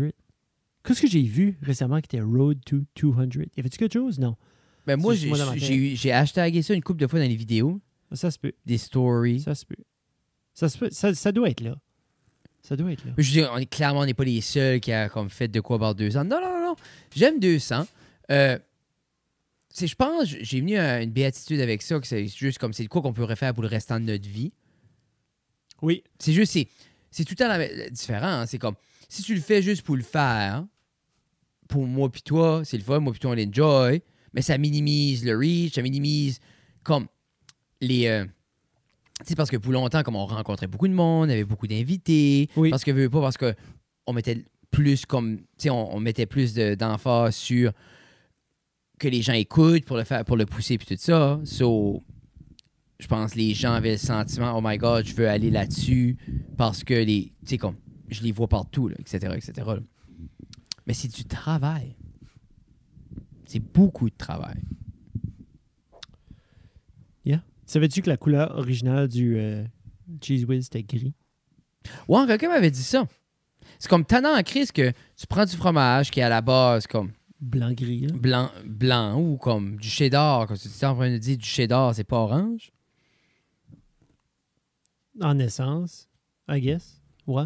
Qu'est-ce que j'ai vu récemment qui était Road to 200? Y avait-tu quelque chose? Non.
ben moi,
juste
j'ai-
moi dans ma tête.
j'ai eu- j'ai hashtagué ça une couple de fois dans les vidéos,
Ça se peut.
des stories.
Ça se peut. Ça, se peut. ça, ça doit être là. Ça doit être là.
Je veux dire, on est, clairement, on n'est pas les seuls qui a comme fait de quoi par 200. Non, non, non, non. J'aime 200. Euh, c'est, je pense, j'ai venu à une béatitude avec ça, que c'est juste comme c'est de quoi qu'on pourrait faire pour le restant de notre vie.
Oui.
C'est juste, c'est, c'est tout le temps la- différent. hein. C'est comme, si tu le fais juste pour le faire, pour moi puis toi, c'est le fun, moi puis toi, on l'enjoy, mais ça minimise le reach, ça minimise comme les... euh, tu sais, parce que pour longtemps, comme on rencontrait beaucoup de monde, on avait beaucoup d'invités,
Oui.
parce que veux pas, parce que on mettait plus comme, tu sais, on, on mettait plus de- d'emphase sur que les gens écoutent pour le faire, pour le pousser puis tout ça. So, je pense que les gens avaient le sentiment, oh my god, je veux aller là-dessus parce que les, tu sais, comme, je les vois partout, là, etc., etc. là. Mais c'est du travail. C'est beaucoup de travail.
Savais-tu que la couleur originale du euh, Cheese Whiz était gris?
Ouais, quelqu'un m'avait dit ça. C'est comme tannant en crise que tu prends du fromage qui est à la base comme
Blanc-gris, là.
blanc, blanc ou comme du cheddar. Quand tu es en train de dire du cheddar, c'est pas orange.
En essence, I guess. Ouais.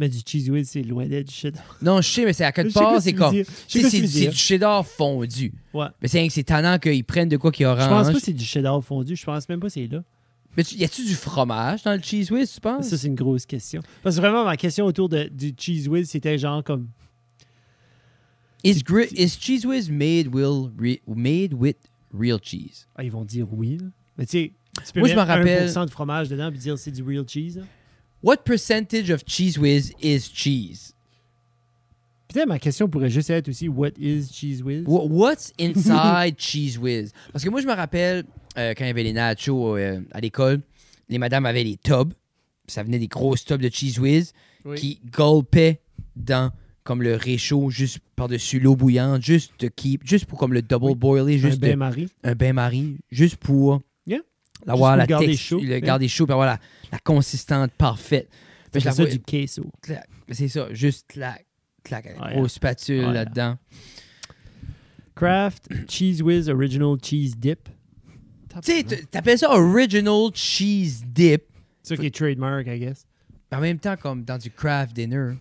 Mais du Cheese Whiz, c'est loin d'être du cheddar.
Non, je sais, mais c'est à
Je
quelque
sais quoi
part,
tu
c'est
veux
comme.
dire. Je sais
tu sais,
quoi tu
C'est
veux
c'est
dire.
du cheddar fondu.
Ouais.
Mais c'est rien que c'est tannant qu'ils prennent de quoi qui est
Je pense
orange.
pas que c'est du cheddar fondu. Je pense même pas que c'est là.
Mais tu- y a-tu du fromage dans le cheese whiz, tu penses?
Ça, c'est une grosse question. Parce que vraiment, ma question autour de, du cheese whiz, c'était genre comme.
Is, gri- is cheese whiz made, will re- made with real cheese?
Ah, ils vont dire oui. là. Mais tu sais, tu peux
Moi, je
mettre
m'en rappelle-
1% de fromage dedans et dire c'est du real cheese. là.
What percentage of cheese whiz is cheese?
Peut-être ma question pourrait juste être aussi What is cheese whiz?
Wha- What's inside cheese whiz? Parce que moi, je me rappelle euh, quand il y avait les nachos euh, à l'école, les madames avaient les tubs. Ça venait des grosses tubs de cheese whiz
Oui.
qui golpaient dans comme le réchaud juste par-dessus l'eau bouillante, juste to keep, juste pour comme le double
Oui.
boiler,
Juste
juste de-
bain Marie.
un bain-marie juste pour
Yeah.
l'avoir
Juste
la
pour garder
texte-
chaud.
le
Yeah.
garder chaud, puis avoir la, la consistante parfaite. Puis
C'est
je la
ça
vois-
du queso.
clac, c'est ça, juste clac, clac, avec une
Ouais.
grosse spatule
Ouais.
là-dedans.
Kraft Cheese Whiz Original Cheese Dip.
Tu sais, t- t'appelles ça original cheese dip,
C'est ça qui est trademark, I guess.
mais en même temps comme dans du craft dinner.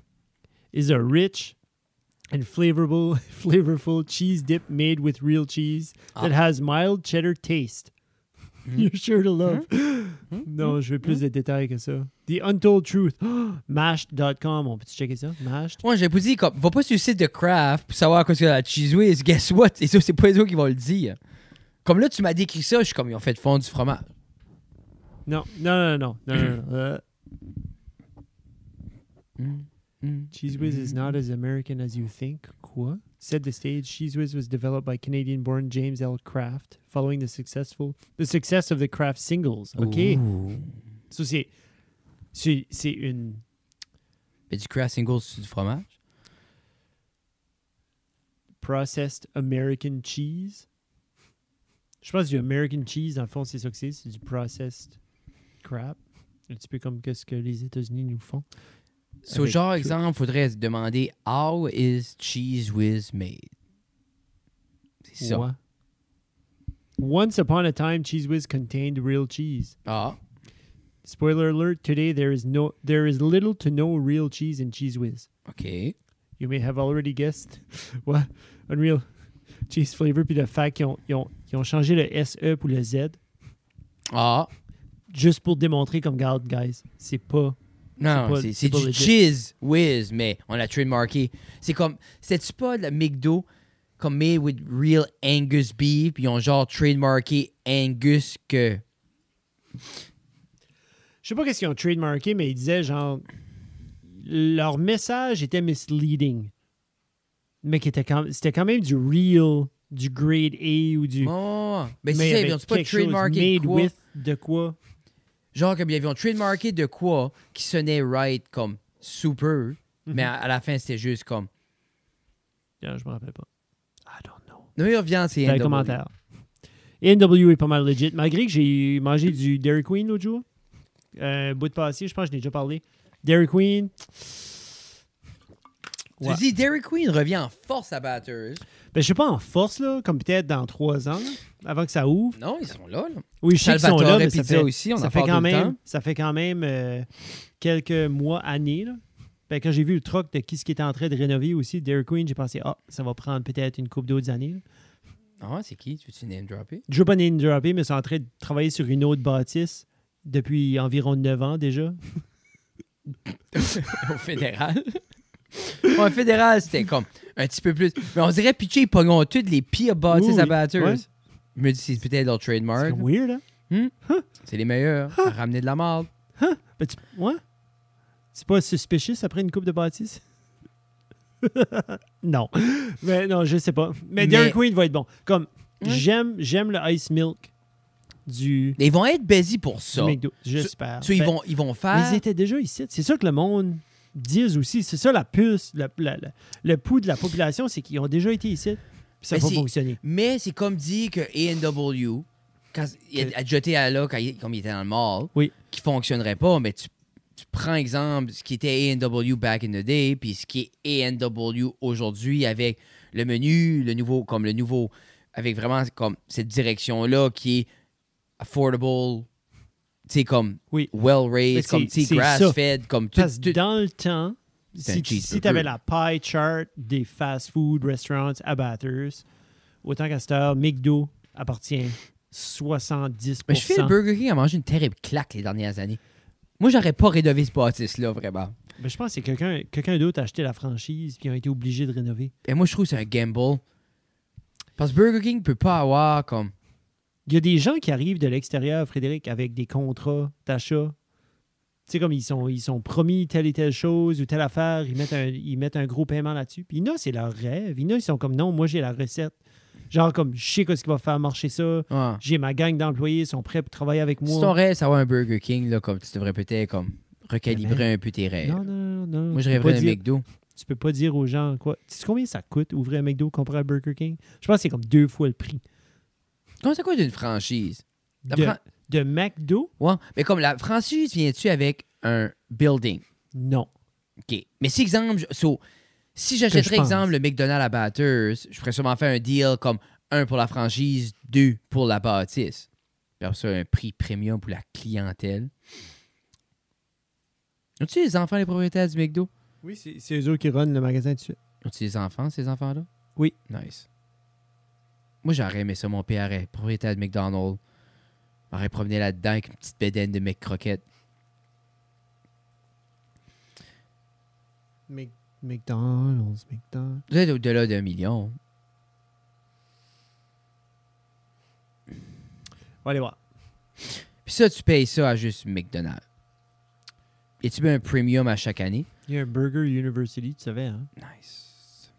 Is a rich and flavorful, flavorful cheese dip made with real cheese that
Ah. Hmm.
has mild cheddar taste. You're sure to love. Non, je veux plus de détails que ça. The Untold Truth. Mashed.com. On peut checker ça? Mashed?
Moi, j'ai pas dit comme, va pas sur le site de craft pour savoir quoi c'est la cheese whiz. Guess what? Et ça, c'est pas eux qui vont le dire. Comme là, tu m'as décrit ça, je suis comme, ils ont fait fondre du fromage.
Non, non, non, non. non, non, non. Euh, Cheese Whiz is not as American as you think. Quoi? Set the stage. Cheese Whiz was developed by Canadian-born James L. Kraft following the successful the success of the Kraft singles. OK.
Ouh.
So c'est c'est c'est une
Mais du craft single, c'est du fromage?
processed American cheese. Je pense que du American cheese, dans le fond, c'est ça que c'est. C'est du processed crap. Un petit peu comme que ce que les États-Unis nous font.
So,
Avec
genre,
tout.
exemple, faudrait se demander How is cheese whiz made? C'est ça.
Ouais. Once upon a time, Cheese Whiz contained real cheese.
Ah.
Spoiler alert, today there is no there is little to no real cheese in Cheese Whiz.
OK.
You may have already guessed what unreal cheese flavor puis le fait qu'ils ont, ils ont, ils ont changé le SE pour le Z
Ah.
juste pour démontrer comme garde guys, c'est pas
Non,
pas- c'est
c'est- c'est
pas
du
legit.
cheese whiz, mais on l'a trademarké. C'est comme. C'était-tu pas de la McDo comme made with real Angus beef, puis ils ont genre trademarké Angus que.
Je sais pas qu'est-ce qu'ils ont trademarké, mais ils disaient genre. Leur message était misleading. Mais qui était quand, c'était quand même du real, du grade A ou du.
Oh, mais c'est ça,
avec
ils ont pas
quelque chose
trademarké de
made
quoi?
with de quoi
Genre comme ils ont trademarké de quoi qui sonnait right comme super,
Mhm.
mais à, à la fin c'était juste comme.
Non, Ah, Je me rappelle pas. I don't know.
Non, mais revient, c'est
Dans les
NW.
commentaires. NW est pas mal legit. Malgré que j'ai mangé du Dairy Queen l'autre jour, euh, bout de passé, je pense que je n'ai déjà parlé. Dairy Queen.
Tu
Ouais.
dis Dairy Queen revient en force à batteuse.
Ben, je sais pas en force, là, comme peut-être dans trois ans, avant que ça ouvre.
Non, ils sont là. là.
Oui, je sais qu'ils sont là,
Salvatore
mais ça
Pizza
fait,
aussi, on
ça
en
fait
parle
quand
tout le
même,
temps.
ça fait quand même euh, quelques mois, années. Là. Ben, quand j'ai vu le truc de qui ce qui était en train de rénover aussi, Dairy Queen, j'ai pensé, ah, ça va prendre peut-être une coupe d'autres années. là.
Ah, c'est qui? Tu veux-tu name dropper?
Je veux pas name dropper, mais ils sont en train de travailler sur une autre bâtisse depuis environ 9 ans déjà.
Au fédéral. Au fédéral, c'était comme un petit peu plus. Mais on dirait pitché, ils pogneront toutes les pires bâtisses
Oui, oui.
à batteuse.
Ouais.
Je me dis, c'est peut-être leur
C'est Ah.
trademark.
comme weird, hein?
C'est les meilleurs. À ramener de la marde.
Ben, tu- ouais? C'est pas suspicious après une coupe de bâtisse? non. Mais non, je sais pas. Mais, Dairy
Mais-
Queen va être bon. Comme,
Ouais.
j'aime, j'aime le ice milk du,
Mais Ils vont être busy pour
du
ça.
McDo. J'espère.
So, ils,
Ben,
vont, ils vont
mais
faire.
ils étaient déjà ici. C'est ça que le monde dise aussi. C'est ça la puce, la- la- la- le pouls de la population, c'est qu'ils ont déjà été ici. Puis ça
Mais
va
c'est-
fonctionner.
Mais c'est comme dit que AW, quand il a, a jeté à là, quand il- comme il était dans le mall,
Oui.
qui fonctionnerait pas, mais tu, tu prends exemple ce qui était AW back in the day, puis ce qui est AW aujourd'hui avec le menu, le nouveau, comme le nouveau, avec vraiment comme cette direction-là qui est affordable, tu sais, comme
Oui. Mais
well-raised,
c'est-
comme tu sais,
c'est ça.
grass-fed, comme tout.
Parce que
tout-
dans le temps,
C'est
si,
un cheeseburger.
tu avais la pie chart des fast food restaurants à Bathurst, autant qu'à cette heure, McDo appartient 70
Mais Ben, je fais le Burger King a mangé une terrible claque les dernières années. Moi, j'aurais pas rénové ce bâtisse-là, vraiment.
Ben, je pense que c'est quelqu'un quelqu'un d'autre a acheté la franchise puis ils ont été obligés de rénover.
Et moi, je trouve que c'est un gamble. Parce que Burger King peut pas avoir comme.
Il y a des gens qui arrivent de l'extérieur, Frédéric, avec des contrats d'achat. Tu sais, comme ils sont, ils sont promis telle et telle chose ou telle affaire, ils mettent un, ils mettent un gros paiement là-dessus. Puis il y en a, c'est leur rêve. Il y en a, ils sont comme non, moi j'ai la recette. Genre comme je sais ce qui va faire marcher ça.
Ouais.
J'ai ma gang d'employés, ils sont prêts pour travailler avec
Si ton
moi.
rêve, c'est d'avoir un Burger King, là, comme, tu devrais peut-être comme, recalibrer un peu tes rêves.
Non, non, non.
Moi, je
Tu peux pas
rêverais d'un
dire-
McDo.
Tu peux pas dire aux gens quoi. Tu sais combien ça coûte ouvrir un McDo comparé à Burger King? Je pense que c'est comme deux fois le prix.
Comment ça coûte une franchise? La
De,
fran-
de McDo?
Ouais. Mais comme la franchise, viens-tu avec un building?
Non.
OK. Mais si, exemple, je- so, si
Que
j'achèterais,
je pense.
exemple, le McDonald's à Batters, je pourrais sûrement faire un deal comme un pour la franchise, deux pour la bâtisse. Puis après ça, un prix premium pour la clientèle. Ont-tu les enfants, les propriétaires du McDo?
Oui, c'est c'est eux autres qui runnent le magasin dessus.
Ont-tu des enfants, ces enfants-là?
Oui.
Nice. Moi, j'aurais aimé ça. Mon père est propriétaire de McDonald's. M'aurait promené là-dedans avec une petite bédaine de mec croquettes.
Mc- McDonald's, McDonald's.
Vous êtes au-delà d'un million.
On va aller voir.
Puis ça, tu payes ça à juste McDonald's. Et tu mets un premium à chaque année.
Il y a un Burger University, tu savais, hein?
Nice.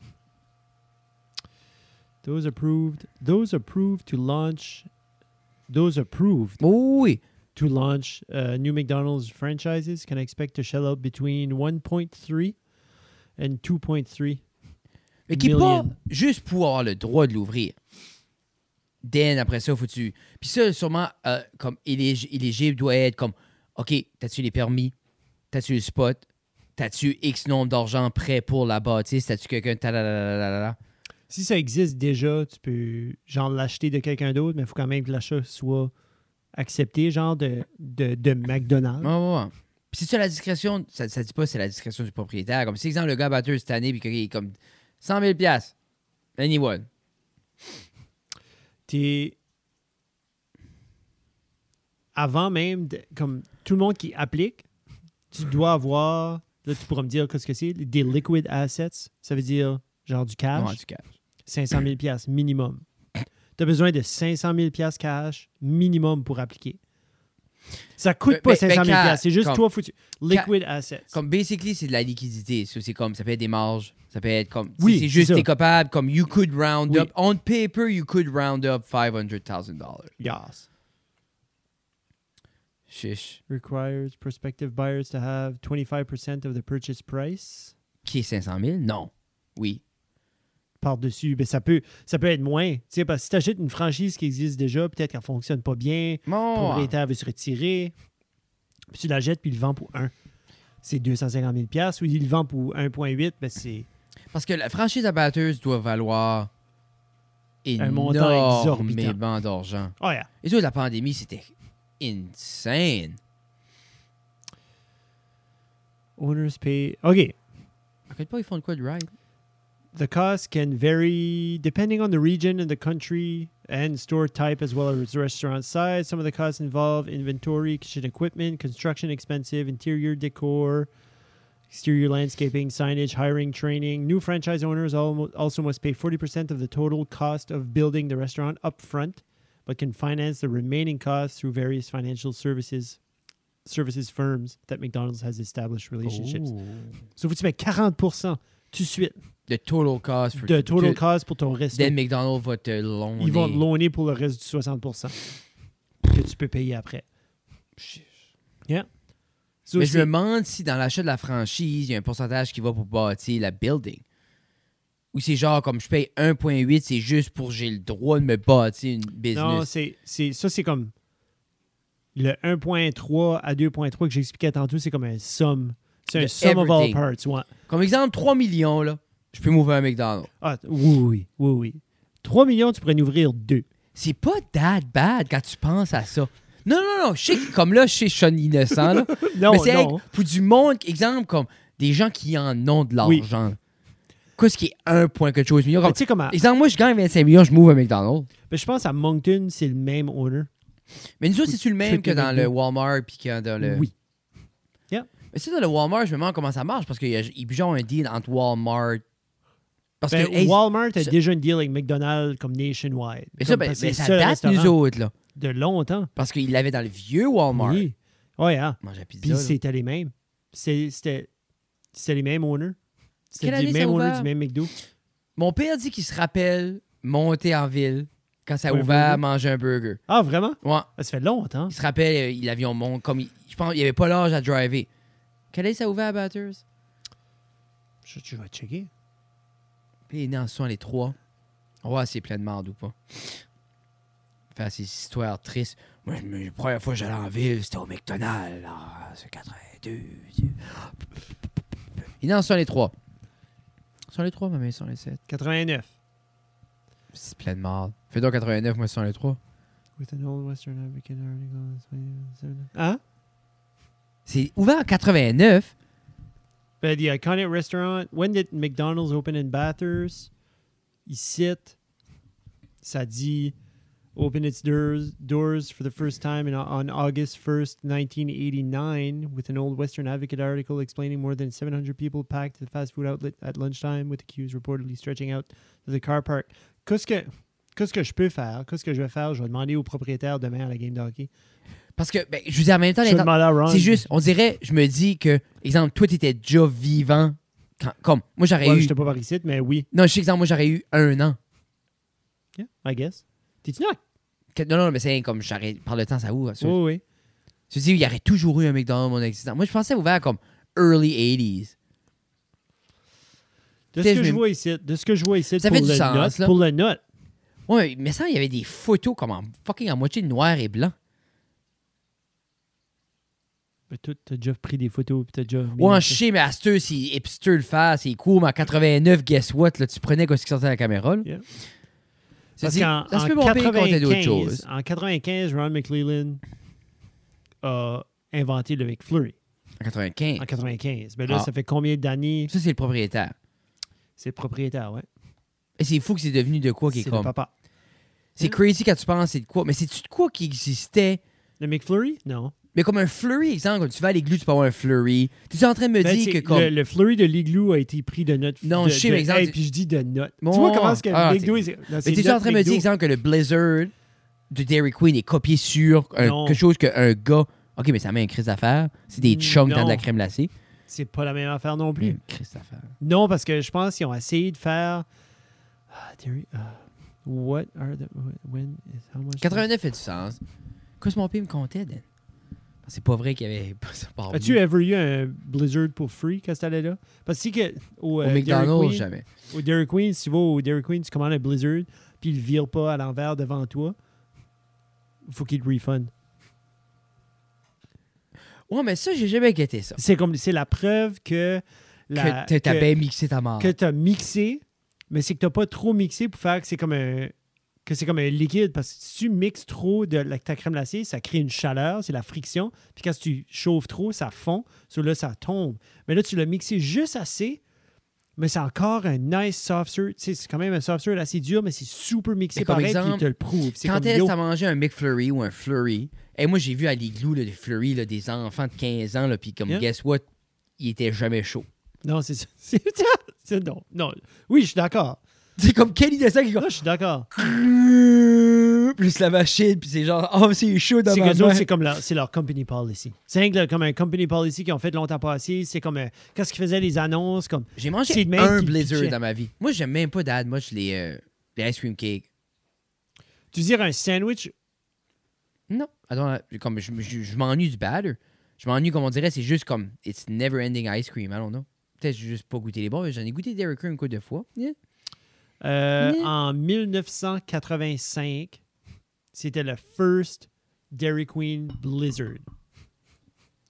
Those approved. Those approved to launch. Those approved
Oh oui.
to launch uh, new McDonald's franchises can expect to shell out between 1.3 and 2.3.
Mais qui est pas
Million.
juste pour avoir le droit de l'ouvrir. Then, après ça, faut que tu. Puis ça, sûrement, euh, comme élég- éligible doit être comme OK, t'as-tu les permis? T'as-tu le spot? T'as-tu X nombre d'argent prêt pour la bâtisse? T'as-tu quelqu'un? Tadadadadadada.
Si ça existe déjà, tu peux genre l'acheter de quelqu'un d'autre, mais il faut quand même que l'achat soit accepté, genre de, de, de McDonald's.
Ouais, ouais, ouais. Puis c'est ça la discrétion. Ça, ça dit pas c'est la discrétion du propriétaire. Comme si, exemple, le gars batteur cette année, puis qu'il est comme 100 000 Anyone.
t'es avant même de- comme tout le monde qui applique tu dois avoir là tu pourras me dire qu'est-ce que c'est des liquid assets ça veut dire genre du cash
Ouais, du cash.
500 000 pièces minimum tu as besoin de 500 000 pièces cash minimum pour appliquer ça coûte
Mais-
pas
mais-
500
mais
000
ca-
pièces c'est juste
comme-
toi foutu liquid assets
Comme basically, c'est de la liquidité. So, C'est comme ça peut être des marges, ça peut être comme
Oui,
c'est- c'est juste
c'est ça.
t'es capable comme you could round
Oui.
up on paper you could round up 500,000 dollars.
yes
Chiche.
requires prospective buyers to have 25% of the purchase price
Qui est 500 000 Non. Oui.
par-dessus, ben ça, peut, ça peut être moins. Tu sais, parce que si tu achètes une franchise qui existe déjà, peut-être qu'elle ne fonctionne pas bien, le
Bon.
propriétaire veut se retirer, puis tu la jettes puis il le vend pour 1. C'est 250 000 ou il le vend pour 1,8, ben c'est
Parce que la franchise à batteuse doit valoir
Un montant exorbitant.
énormément d'argent.
oh yeah.
Et toute la pandémie, c'était insane.
Owners pay. OK.
À quel point ils font de quoi de right?
The cost can vary depending on the region and the country and store type as well as restaurant size. Some of the costs involve inventory, kitchen equipment, construction expensive, interior decor, exterior landscaping, signage, hiring, training. New franchise owners almo- also must pay 40% of the total cost of building the restaurant upfront, but can finance the remaining costs through various financial services services firms that McDonald's has established relationships.
Oh.
So, faut que tu mets 40% tout de suite
The total cost for
de total
to-
cost pour ton resto.
Then McDonald's va te loaner.
Ils vont te loaner pour le reste du 60 que tu peux payer après.
Chiche.
Ça
Mais
aussi,
je me demande si dans l'achat de la franchise, il y a un pourcentage qui va pour bâtir la building. Ou c'est genre comme je paye 1.8, c'est juste pour j'ai le droit de me bâtir une
Non,
business.
c'est, c'est- ça, c'est comme le 1.3 à 2.3 que j'expliquais tantôt, c'est comme un sum. C'est un
De
sum of all
everything.
parts. ouais.
Comme exemple, 3 millions, là, je peux m'ouvrir un McDonald's.
Ah, t- oui, oui, oui, oui. 3 millions, tu pourrais en ouvrir deux.
C'est pas that bad quand tu penses à ça. Non, non, non, je sais que comme là, je sais que je suis un innocent, là.
Non,
mais c'est
non.
avec- pour du monde, exemple, comme des gens qui en ont de
Oui.
l'argent. Qu'est-ce qui est un point quelque chose million?
Mais
Comme,
Tu sais comment?
exemple, moi, je gagne 25 millions, je m'ouvre à McDonald's.
Mais je pense à Moncton, c'est le même owner.
Mais nous autres, c'est-tu le même que
Triple
dans
McDo.
le Walmart puis que dans le.
Oui.
Mais c'est dans le Walmart, je me demande comment ça marche parce qu'il y a ils ont un deal entre Walmart. Parce
Ben,
que. hey,
Walmart a
ça-
déjà un deal avec McDonald's comme nationwide.
mais ça,
Comme
ben,
parce que
ben,
c'est
ça
le seul
date, nous
restaurant
autres, là.
De longtemps.
Parce qu'ils l'avaient dans le vieux Walmart.
Oui. Ouais, hein.
Manger pizza.
Puis
là.
c'était les mêmes. C'est- C'était c'était les mêmes owners.
Quelle
C'était
année
les
ça
mêmes
a
owners
ouvert?
du même McDo.
Mon père dit qu'il se rappelle monter en ville quand ça a
Un
ouvert,
burger.
manger un burger.
Ah, vraiment?
Ouais.
Ah, Ça fait longtemps.
Il se rappelle, euh, il l'avion monte comme il- je pense il avait pas l'âge à driver. Quelle est ça ouvert à Batters?
Je, je vais checker.
Puis il est né en 63. On va voir s'il est plein de marde ou pas. Faire ces histoires tristes. Moi, je me- la première fois que j'allais en ville, c'était au McDonald's. Ah, c'est 82. tu sais. Il est né en 63. 63, ma mère, 107.
89.
C'est plein de marde. Fais donc 89, moi 103.
With an old Western African article. Hein?
C'est ouvert en 89.
Ben, the iconic restaurant. When did McDonald's open in Bathurst? Ici, ça dit open its doors, doors for the first time in, on August 1st, 1989, with an old Western Advocate article explaining more than 700 people packed the fast food outlet at lunchtime, with the queues reportedly stretching out to the car park. Qu'est-ce que, qu'est-ce que je peux faire? Qu'est-ce que je vais faire? Je vais demander au propriétaire demain à la game de hockey.
Parce que, ben, je vous dis en même temps,
Je
les
vais
temps-
demander à Ron.
C'est juste, on dirait, je me dis que, exemple, toi, t'étais déjà vivant. quand- comme, moi, j'aurais
Ouais,
eu.
j'étais pas par ici, mais oui.
Non, je sais, exemple, moi, j'aurais eu un an.
Yeah, I guess. T'es-tu là?
Que- Non, non, mais c'est comme, j'aurais. Par le temps, ça ouvre. ça.
Oui, oui.
Je me dis, il y aurait toujours eu un McDonald's mon existence. Moi, je pensais ouvert comme early 80s.
De
Peut-être
ce
je
que je
vais-
vois ici, de ce que je vois ici,
Ça
pour,
fait du
le
sens,
note,
là.
pour le note,
Ouais, mais ça, il y avait des photos comme en fucking en moitié noir et blanc.
ben, toi, t'as déjà pris des photos, puis t'as déjà... mis-
Ouais, je sais, mais à ce si hipster le faire, c'est cool, mais en 89, guess what, là, tu prenais ce qui sortait de la caméra. là.
Yeah.
Je
Parce
dis,
qu'en
ça se peut
en
mon père comptait d'autres
95,
choses.
en 95, Ron McLeland a inventé le McFlurry.
En 95.
En 95. Ben là,
Ah.
ça fait combien d'années?
Ça, c'est le propriétaire.
C'est le propriétaire, ouais.
Et c'est fou que c'est devenu de quoi qui est
c'est le
comme.
papa.
C'est crazy quand tu penses c'est de quoi. Mais c'est-tu de quoi qui existait?
Le McFlurry? Non.
Mais comme un flurry, exemple, quand tu vas à l'église, tu peux avoir un flurry. Tu es en train de me
Ben,
dire
c'est-
que comme.
le, le Flurry de l'Igloo a été pris de notre...
Non,
de-
je sais,
de-
mais exemple,
hey,
tu-
puis je dis de notre.
Bon,
tu vois comment est-ce que
ah,
McDo...
t'es-
est- non, c'est
Mais tu es en
notre
train de me dire,
McDo.
exemple, que le Blizzard de Dairy Queen est copié sur un-
Non.
quelque chose qu'un gars. Ok, mais ça met un crise d'affaires. C'est des
Mm,
chums dans de la
non.
crème glacée.
C'est pas la même affaire non plus.
Une crise d'affaires.
Non, parce que je pense qu'ils ont essayé de faire. Ah, Terry, ah, what are the. When is how much.
89 fait du sens. Qu'est-ce que mon père me comptait, Dan? C'est pas vrai qu'il y avait pas ça par
As-tu euh, ever
venu.
eu un Blizzard pour free quand t'allais là? Parce que, si que au, euh,
Au
Dairy
McDonald's,
Queen-
jamais.
Au Dairy Queen, si tu vas au Dairy Queen, tu commandes un Blizzard, puis ils le virent pas à l'envers devant toi, faut qu'ils te refund.
Ouais, mais ça, j'ai jamais guetté ça.
C'est comme c'est la preuve que. La,
que t'as
que-
bien mixé ta mort.
que t'as mixé, mais c'est que t'as pas trop mixé pour faire que c'est comme un que c'est comme un liquide parce que si tu mixes trop de la- ta crème glacée, ça crée une chaleur, c'est la friction. Puis quand tu chauffes trop, ça fond, sur là ça tombe. Mais là tu l'as mixé juste assez, mais c'est encore un nice soft serve. Tu sais, c'est quand même un soft serve assez dur, mais c'est super mixé
Mais comme
pareil. puis
exemple,
ils te le prouve. C'est
Quand
comme
est-ce
yo.
que t'as mangé un McFlurry ou un Flurry? Et moi, j'ai vu à l'igloo là, des Flurry, là, des enfants de 15 ans, là, puis comme,
Yeah.
guess what? Il était jamais chaud.
Non, c'est ça. C'est c'est- non, non. Oui, je suis d'accord.
C'est comme quelle idée ça qui
Non, je suis d'accord.
Plus la machine, puis c'est genre, oh, c'est chaud dans
C'est
ma
qu'eux autres,
main.
c'est comme leur, c'est leur company policy. C'est rien que comme un company policy qu'ils ont fait longtemps passé. C'est comme euh, qu'est-ce qu'ils faisaient les annonces comme
J'ai
C'est
mangé
le même
un
qui
Blizzard
pitchait.
dans ma vie. Moi, j'aime même pas d'ad. Moi, je les, euh, les ice cream cake.
tu veux dire un sandwich.
Non. Attends, comme, je, je- je m'ennuie du batter. Je m'ennuie, comme on dirait, c'est juste comme, it's never ending ice cream. Allons, non? Peut-être que j'ai juste pas goûté les bons, mais j'en ai goûté des Cream une couple de fois. Yeah.
euh,
Yeah.
En 1985, c'était le first Dairy Queen Blizzard.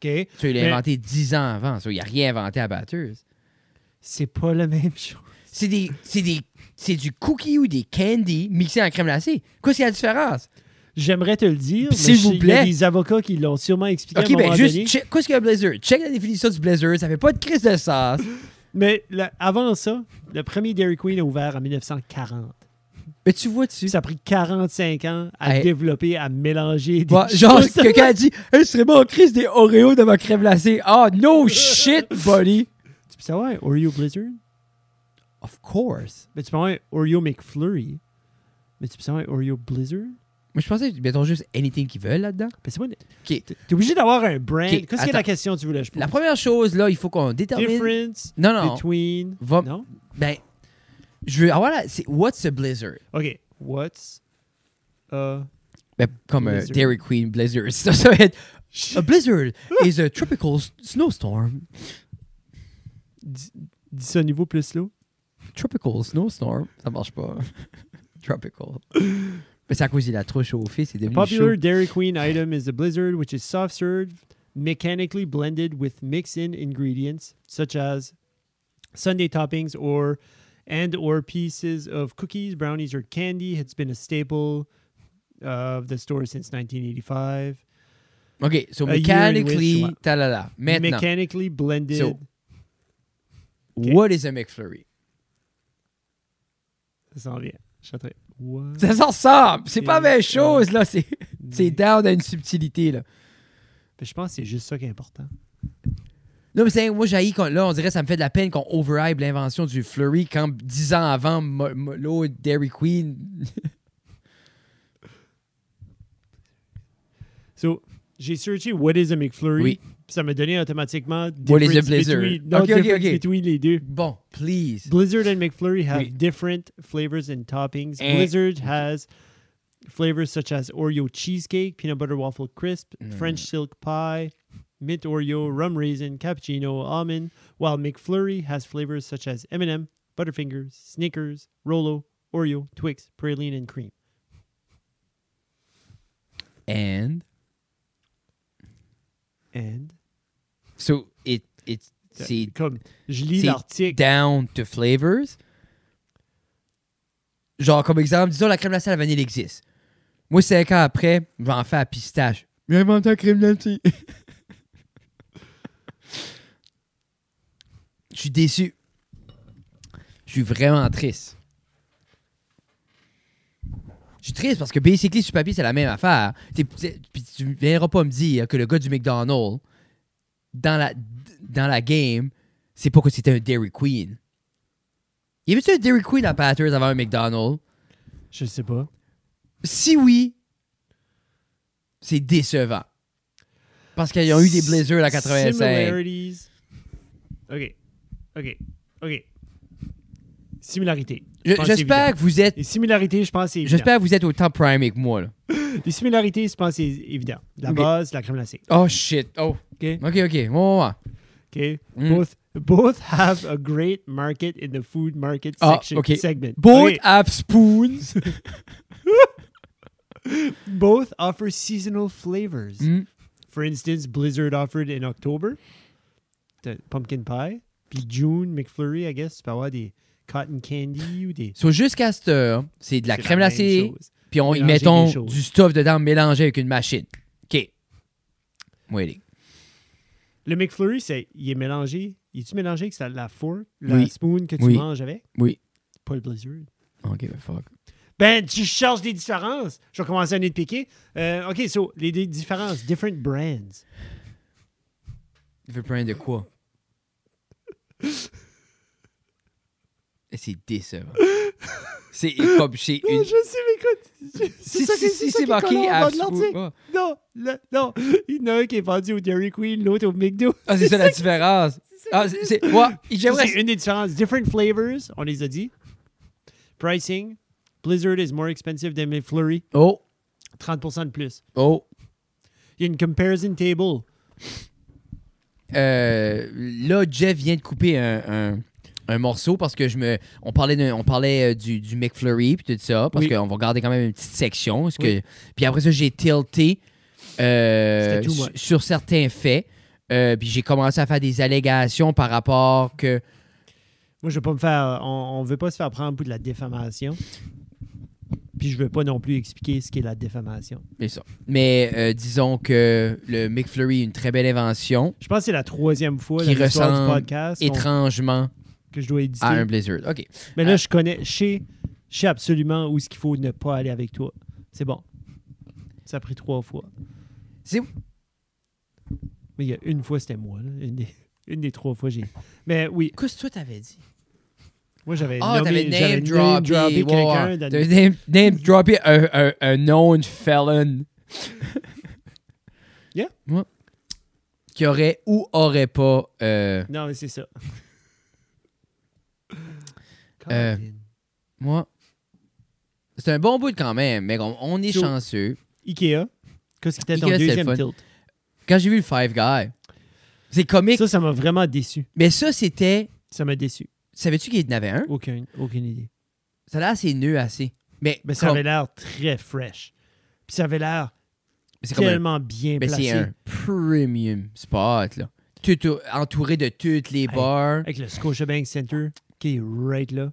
OK?
Ça, il l'a
Mais-
inventé 10 ans avant. Ça, il a rien inventé à batteuse.
C'est pas la même chose.
C'est des, c'est des, c'est du cookie ou des candy mixés en crème glacée. Qu'est-ce qu'il y a de différence?
J'aimerais te le dire.
Puis
mais
s'il vous
je- Il y a
plaît.
des avocats qui l'ont sûrement expliqué à un
Ok, ben
moment
juste,
donné.
check- qu'est-ce qu'il y a un blazer? Check la définition du blazer. Ça fait pas de crise de sens.
Mais le- avant ça, le premier Dairy Queen a ouvert en 1940.
Mais tu vois-tu?
Ça a pris 45 ans à
Hey.
développer, à mélanger des
Ouais, genre,
choses.
quelqu'un a dit Hey, ce serait bon, Chris, des Oreos dans ma crème glacée. Oh, no shit, buddy.
Tu peux savoir un Oreo Blizzard?
Of course.
Mais tu peux avoir un Oreo McFlurry. Mais tu peux savoir un Oreo Blizzard?
Moi, je pensais, mettons juste anything qu'ils veulent là-dedans.
Ben, c'est moi.
OK.
T'es obligé d'avoir un brand.
Ok,
Qu'est-ce que la
attends.
question que tu voulais, je
La
pense?
première chose, là, il faut qu'on détermine.
Difference
Non, non.
between...
Va-
Non?
Ben, je veux avoir la. c'est- What's a blizzard?
OK. What's... euh, a-
Ben, comme un
Blizzard.
Dairy Queen blizzard. Ça, ça va être. A blizzard is a tropical s- snowstorm.
Dis dis ça au niveau plus slow.
Tropical snowstorm. Ça marche pas. Tropical. Mais c'est à cause il a trop chauffé, c'est devenu
Popular
chaud.
Dairy Queen item is the Blizzard, which is soft served, mechanically blended with mix-in ingredients such as Sunday toppings or and or pieces of cookies, brownies, or candy. It's been a staple of the store since 1985.
OK, so
A year in which-
mechanically, talala. Maintenant,
Mechanically blended.
So-
okay.
what is a McFlurry?
ça s'en vient. Je suis en train- What?
Ça s'ensemble. C'est pas la même
Is-
chose, là. C'est c'est
Mais-
down à une subtilité, là.
Mais Je pense que c'est juste ça qui est important.
Non, mais c'est moi, j'haïs quand là, on dirait ça me fait de la peine qu'on overhype l'invention du Flurry quand dix ans avant, Mo- Mo- l'eau Dairy Queen.
So, j'ai searché What is a McFlurry?
Oui.
Puis Ça m'a donné automatiquement
What is a
difference
Blizzard?
between, no,
Ok, ok,
difference
ok.
between les deux.
Bon, please.
Blizzard and McFlurry have
Oui.
different flavors and toppings.
Eh.
Blizzard has flavors such as Oreo cheesecake, peanut butter waffle crisp,
Mm.
French silk pie, mint Oreo, rum raisin, cappuccino, almond, while McFlurry has flavors such as M&M, Butterfingers, Snickers, Rolo, Oreo, Twix, praline and cream.
And
And
so it it's c'est
comme je lis
c'est
l'article,
down to flavors. Genre comme exemple, disons la crème glacée à la vanille existe. Moi, cinq ans après, je vais en faire à pistache. J'ai inventé la crème glacée. Je suis déçu. Je suis vraiment triste. Je suis triste parce que basically sur papier c'est la même affaire. T'es- t'es- Puis tu ne viendras pas me dire que le gars du McDonald's dans la dans la game, c'est pas que c'était un Dairy Queen. Y avait-tu un Dairy Queen à Patters avant un McDonald's?
je sais pas.
Si oui, c'est décevant. Parce qu'ils ont eu des blizzards à 85.
Similarities. OK. OK. OK. Similarité. Je
Je-
pense que c'est
J'espère
évident.
que vous êtes
Les similarités, je pense que c'est évident.
j'espère que vous êtes autant primé que moi. Là.
Les similarités, je pense que c'est évident. La
Ok.
base, la crème glacée.
Oh shit. Oh.
OK?
Ok, ok. Ouais, ouais, ouais.
OK?
Mm.
Both, both have a great market in the food market
Ah,
section
ok.
segment.
Both
OK.
have spoons.
Both offer seasonal flavors.
Mm.
For instance, Blizzard offered in October the pumpkin pie. Puis June, McFlurry, I guess, tu peux avoir des cotton candy ou des...
So, jusqu'à cette heure, c'est de la
C'est
crème
même
glacée,
chose.
puis on y
Mélanger des
mettons
choses.
du stuff dedans mélangé avec une machine. OK. Waiting.
Le McFlurry, c'est, il est mélangé. Il est-tu mélangé avec sa- la fork, la
Oui.
spoon que tu
Oui.
manges avec?
Oui.
Pas le Blizzard.
OK, fuck.
Ben, tu cherches des différences. Je vais commencer à les piquer. Euh, OK, so, les des différences, different brands.
Tu veux prendre de quoi? Et c'est décevant. C'est comme chez une.
Je sais, mais écoute,
Si, si, si, c'est marqué à Ah,
Non, le- non. Il y en a un qui est vendu au Dairy Queen, l'autre au McDo.
Ah, c'est ça la différence. Ah, c'est. c'est- Ouais,
Ça,
j'aimerais.
C'est une des différences. Different flavors, on les a dit. Pricing. Blizzard is more expensive than McFlurry.
Oh,
30% de plus.
oh.
Il y a une comparison table.
Euh, là, Jeff vient de couper un, un- un morceau parce que je me, on parlait, d'un- on parlait euh, du, du McFlurry puis tout ça parce
Oui.
qu'on va garder quand même une petite section. parce que-
Oui.
puis après ça, j'ai tilté euh,
C'était too
su-
much.
sur certains faits. Euh, puis j'ai commencé à faire des allégations par rapport que
Moi, je veux pas me faire. On, on veut pas se faire prendre pour de la défamation. Puis je veux pas non plus expliquer ce qu'est la défamation.
mais ça. Mais euh, disons que le McFlurry est une très belle invention,
Je pense que c'est la troisième fois
Qui
dans l'histoire du
ressemble
podcast. qu'on-
étrangement
que je dois éditer.
Ah, un Blizzard. OK.
Mais là,
Ah.
je connais, je sais, je sais absolument où ce qu'il faut ne pas aller avec toi. C'est bon. Ça a pris trois fois.
C'est-
Mais il y a une fois, c'était moi. là. Une, des, une des trois fois, j'ai. Mais oui,
Qu'est-ce que toi, t'avais dit?
moi, j'avais
Ah,
nommé,
t'avais
j'avais
name
name
droppé.
droppé
ouais,
quelqu'un.
ouais.
dans-
T'avais name, name droppé un, un, un known felon.
Yeah.
Ouais. Qui aurait ou aurait pas. euh,
Non, mais c'est ça.
Euh,
Colin.
moi. C'est un bon bout quand même, mais on, on est
So-
chanceux.
Ikea, qu'est-ce qui était ton
Ikea, c'est le
deuxième
fun.
tilt?
Quand j'ai vu le Five Guy, c'est comique.
Ça, ça m'a vraiment déçu.
mais ça, c'était.
Ça m'a déçu.
Savais-tu qu'il y en avait un?
Aucune, aucune idée.
Ça a l'air assez nœud, assez. Mais,
Mais ça
comme-
avait l'air très fresh. Puis ça avait l'air
c'est comme un-
tellement bien
mais
placé.
c'est un premium spot, là. Tout, au- entouré de toutes les bars.
Avec le Scotiabank Center qui est right là.